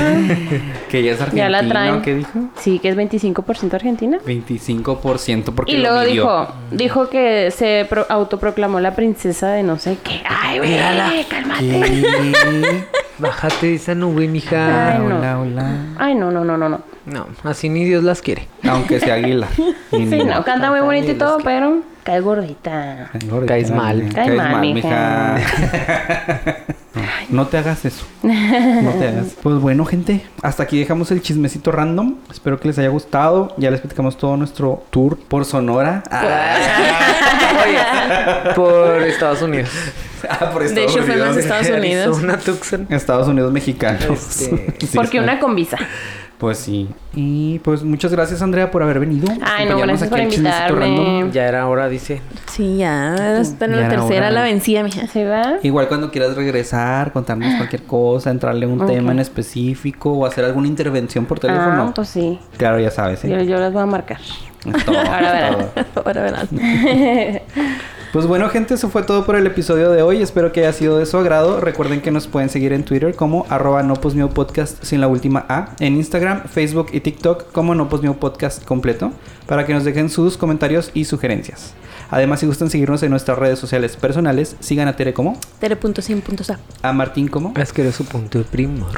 S2: Que ya es argentina.
S5: Ya la traen.
S2: ¿Qué dijo?
S5: Sí, que es 25% argentina.
S2: 25% porque
S5: Y
S2: lo
S5: luego
S2: midió.
S5: dijo, dijo que se pro- autoproclamó la princesa de no sé qué. Ay, güey, Eh, cálmate.
S2: ¿Qué?
S4: Bájate de esa nube, mija.
S5: Ay, no.
S2: Hola, hola.
S5: Ay, no, no, no, no, no.
S4: No, así ni Dios las quiere. <laughs>
S2: Aunque sea águila.
S5: <laughs> Sí, no, canta muy bonito y todo, pero cae gordita.
S2: Ay, gordita,
S4: Caes mal.
S2: mija.
S5: <laughs> Caes mal, mija.
S2: No te hagas
S5: <laughs>
S2: eso. No te hagas. Pues bueno, gente, hasta aquí dejamos el chismecito random. Espero que les haya gustado. Ya les platicamos todo nuestro tour por
S5: <laughs>
S2: Sonora. Ah,
S4: Oye, por Estados Unidos.
S2: ah, por
S3: De hecho, fue en los Estados Unidos.
S4: <laughs> Arizona, Tucson.
S2: Estados Unidos mexicanos.
S4: Este,
S2: <laughs> Sí,
S5: Porque
S2: es-
S5: una con visa.
S2: Pues sí. Y pues muchas gracias, Andrea, por haber venido.
S5: Ay, no,
S2: Acompañarnos
S5: gracias por
S2: aquí al chismecito random.
S5: invitarme.
S4: Ya era hora, dice.
S3: Sí, ya. Está en
S2: Ya
S3: la
S2: era
S3: tercera
S2: hora.
S3: la vencida, mija. <laughs>
S5: ¿Se va?
S2: Igual cuando quieras regresar, contarnos cualquier cosa, entrarle a un tema en específico o hacer alguna intervención por teléfono.
S5: Ah, pues sí.
S2: Claro, ya sabes. ¿eh?
S5: Yo, yo las voy a marcar. <laughs>
S2: Todo,
S5: Ahora verán.
S2: todo. <laughs>
S3: Ahora verás.
S2: Pues bueno, gente, eso fue todo por el episodio de hoy. Espero que haya sido de su agrado. Recuerden que nos pueden seguir en Twitter como arroba no Pues Mío podcast sin la última A, en Instagram, Facebook y TikTok como no Pues Mío podcast completo, para que nos dejen sus comentarios y sugerencias. Además, si gustan seguirnos en nuestras redes sociales personales, sigan a Tere como,
S3: Tere punto sin punto sa.
S2: a Martín como,
S4: Asqueroso punto de primor.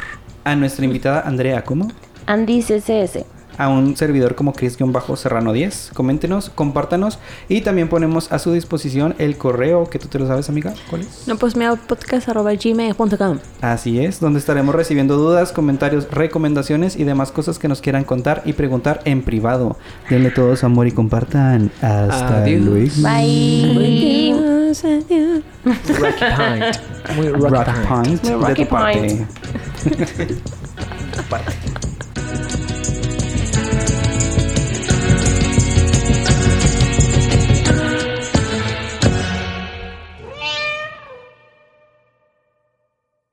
S2: a nuestra invitada Andrea como,
S5: Andy CSS.
S2: a un servidor como Cris-Serrano 10. Coméntenos, compártanos y también ponemos a su disposición el correo que tú te lo sabes, amiga. ¿Cuál es?
S3: No, pues me hago podcast arroba gmail.com.
S2: Así es, donde estaremos recibiendo dudas, comentarios, recomendaciones y demás cosas que nos quieran contar y preguntar en privado. Denle todo su amor y compartan. Hasta
S4: Adiós.
S2: luego.
S5: Bye.
S3: Adiós, adiós.
S4: Rocky Pint. Muy Rocky
S2: Rock
S4: Pint.
S2: Point,
S5: Rocky
S2: de tu parte.
S5: Point.
S2: De tu parte.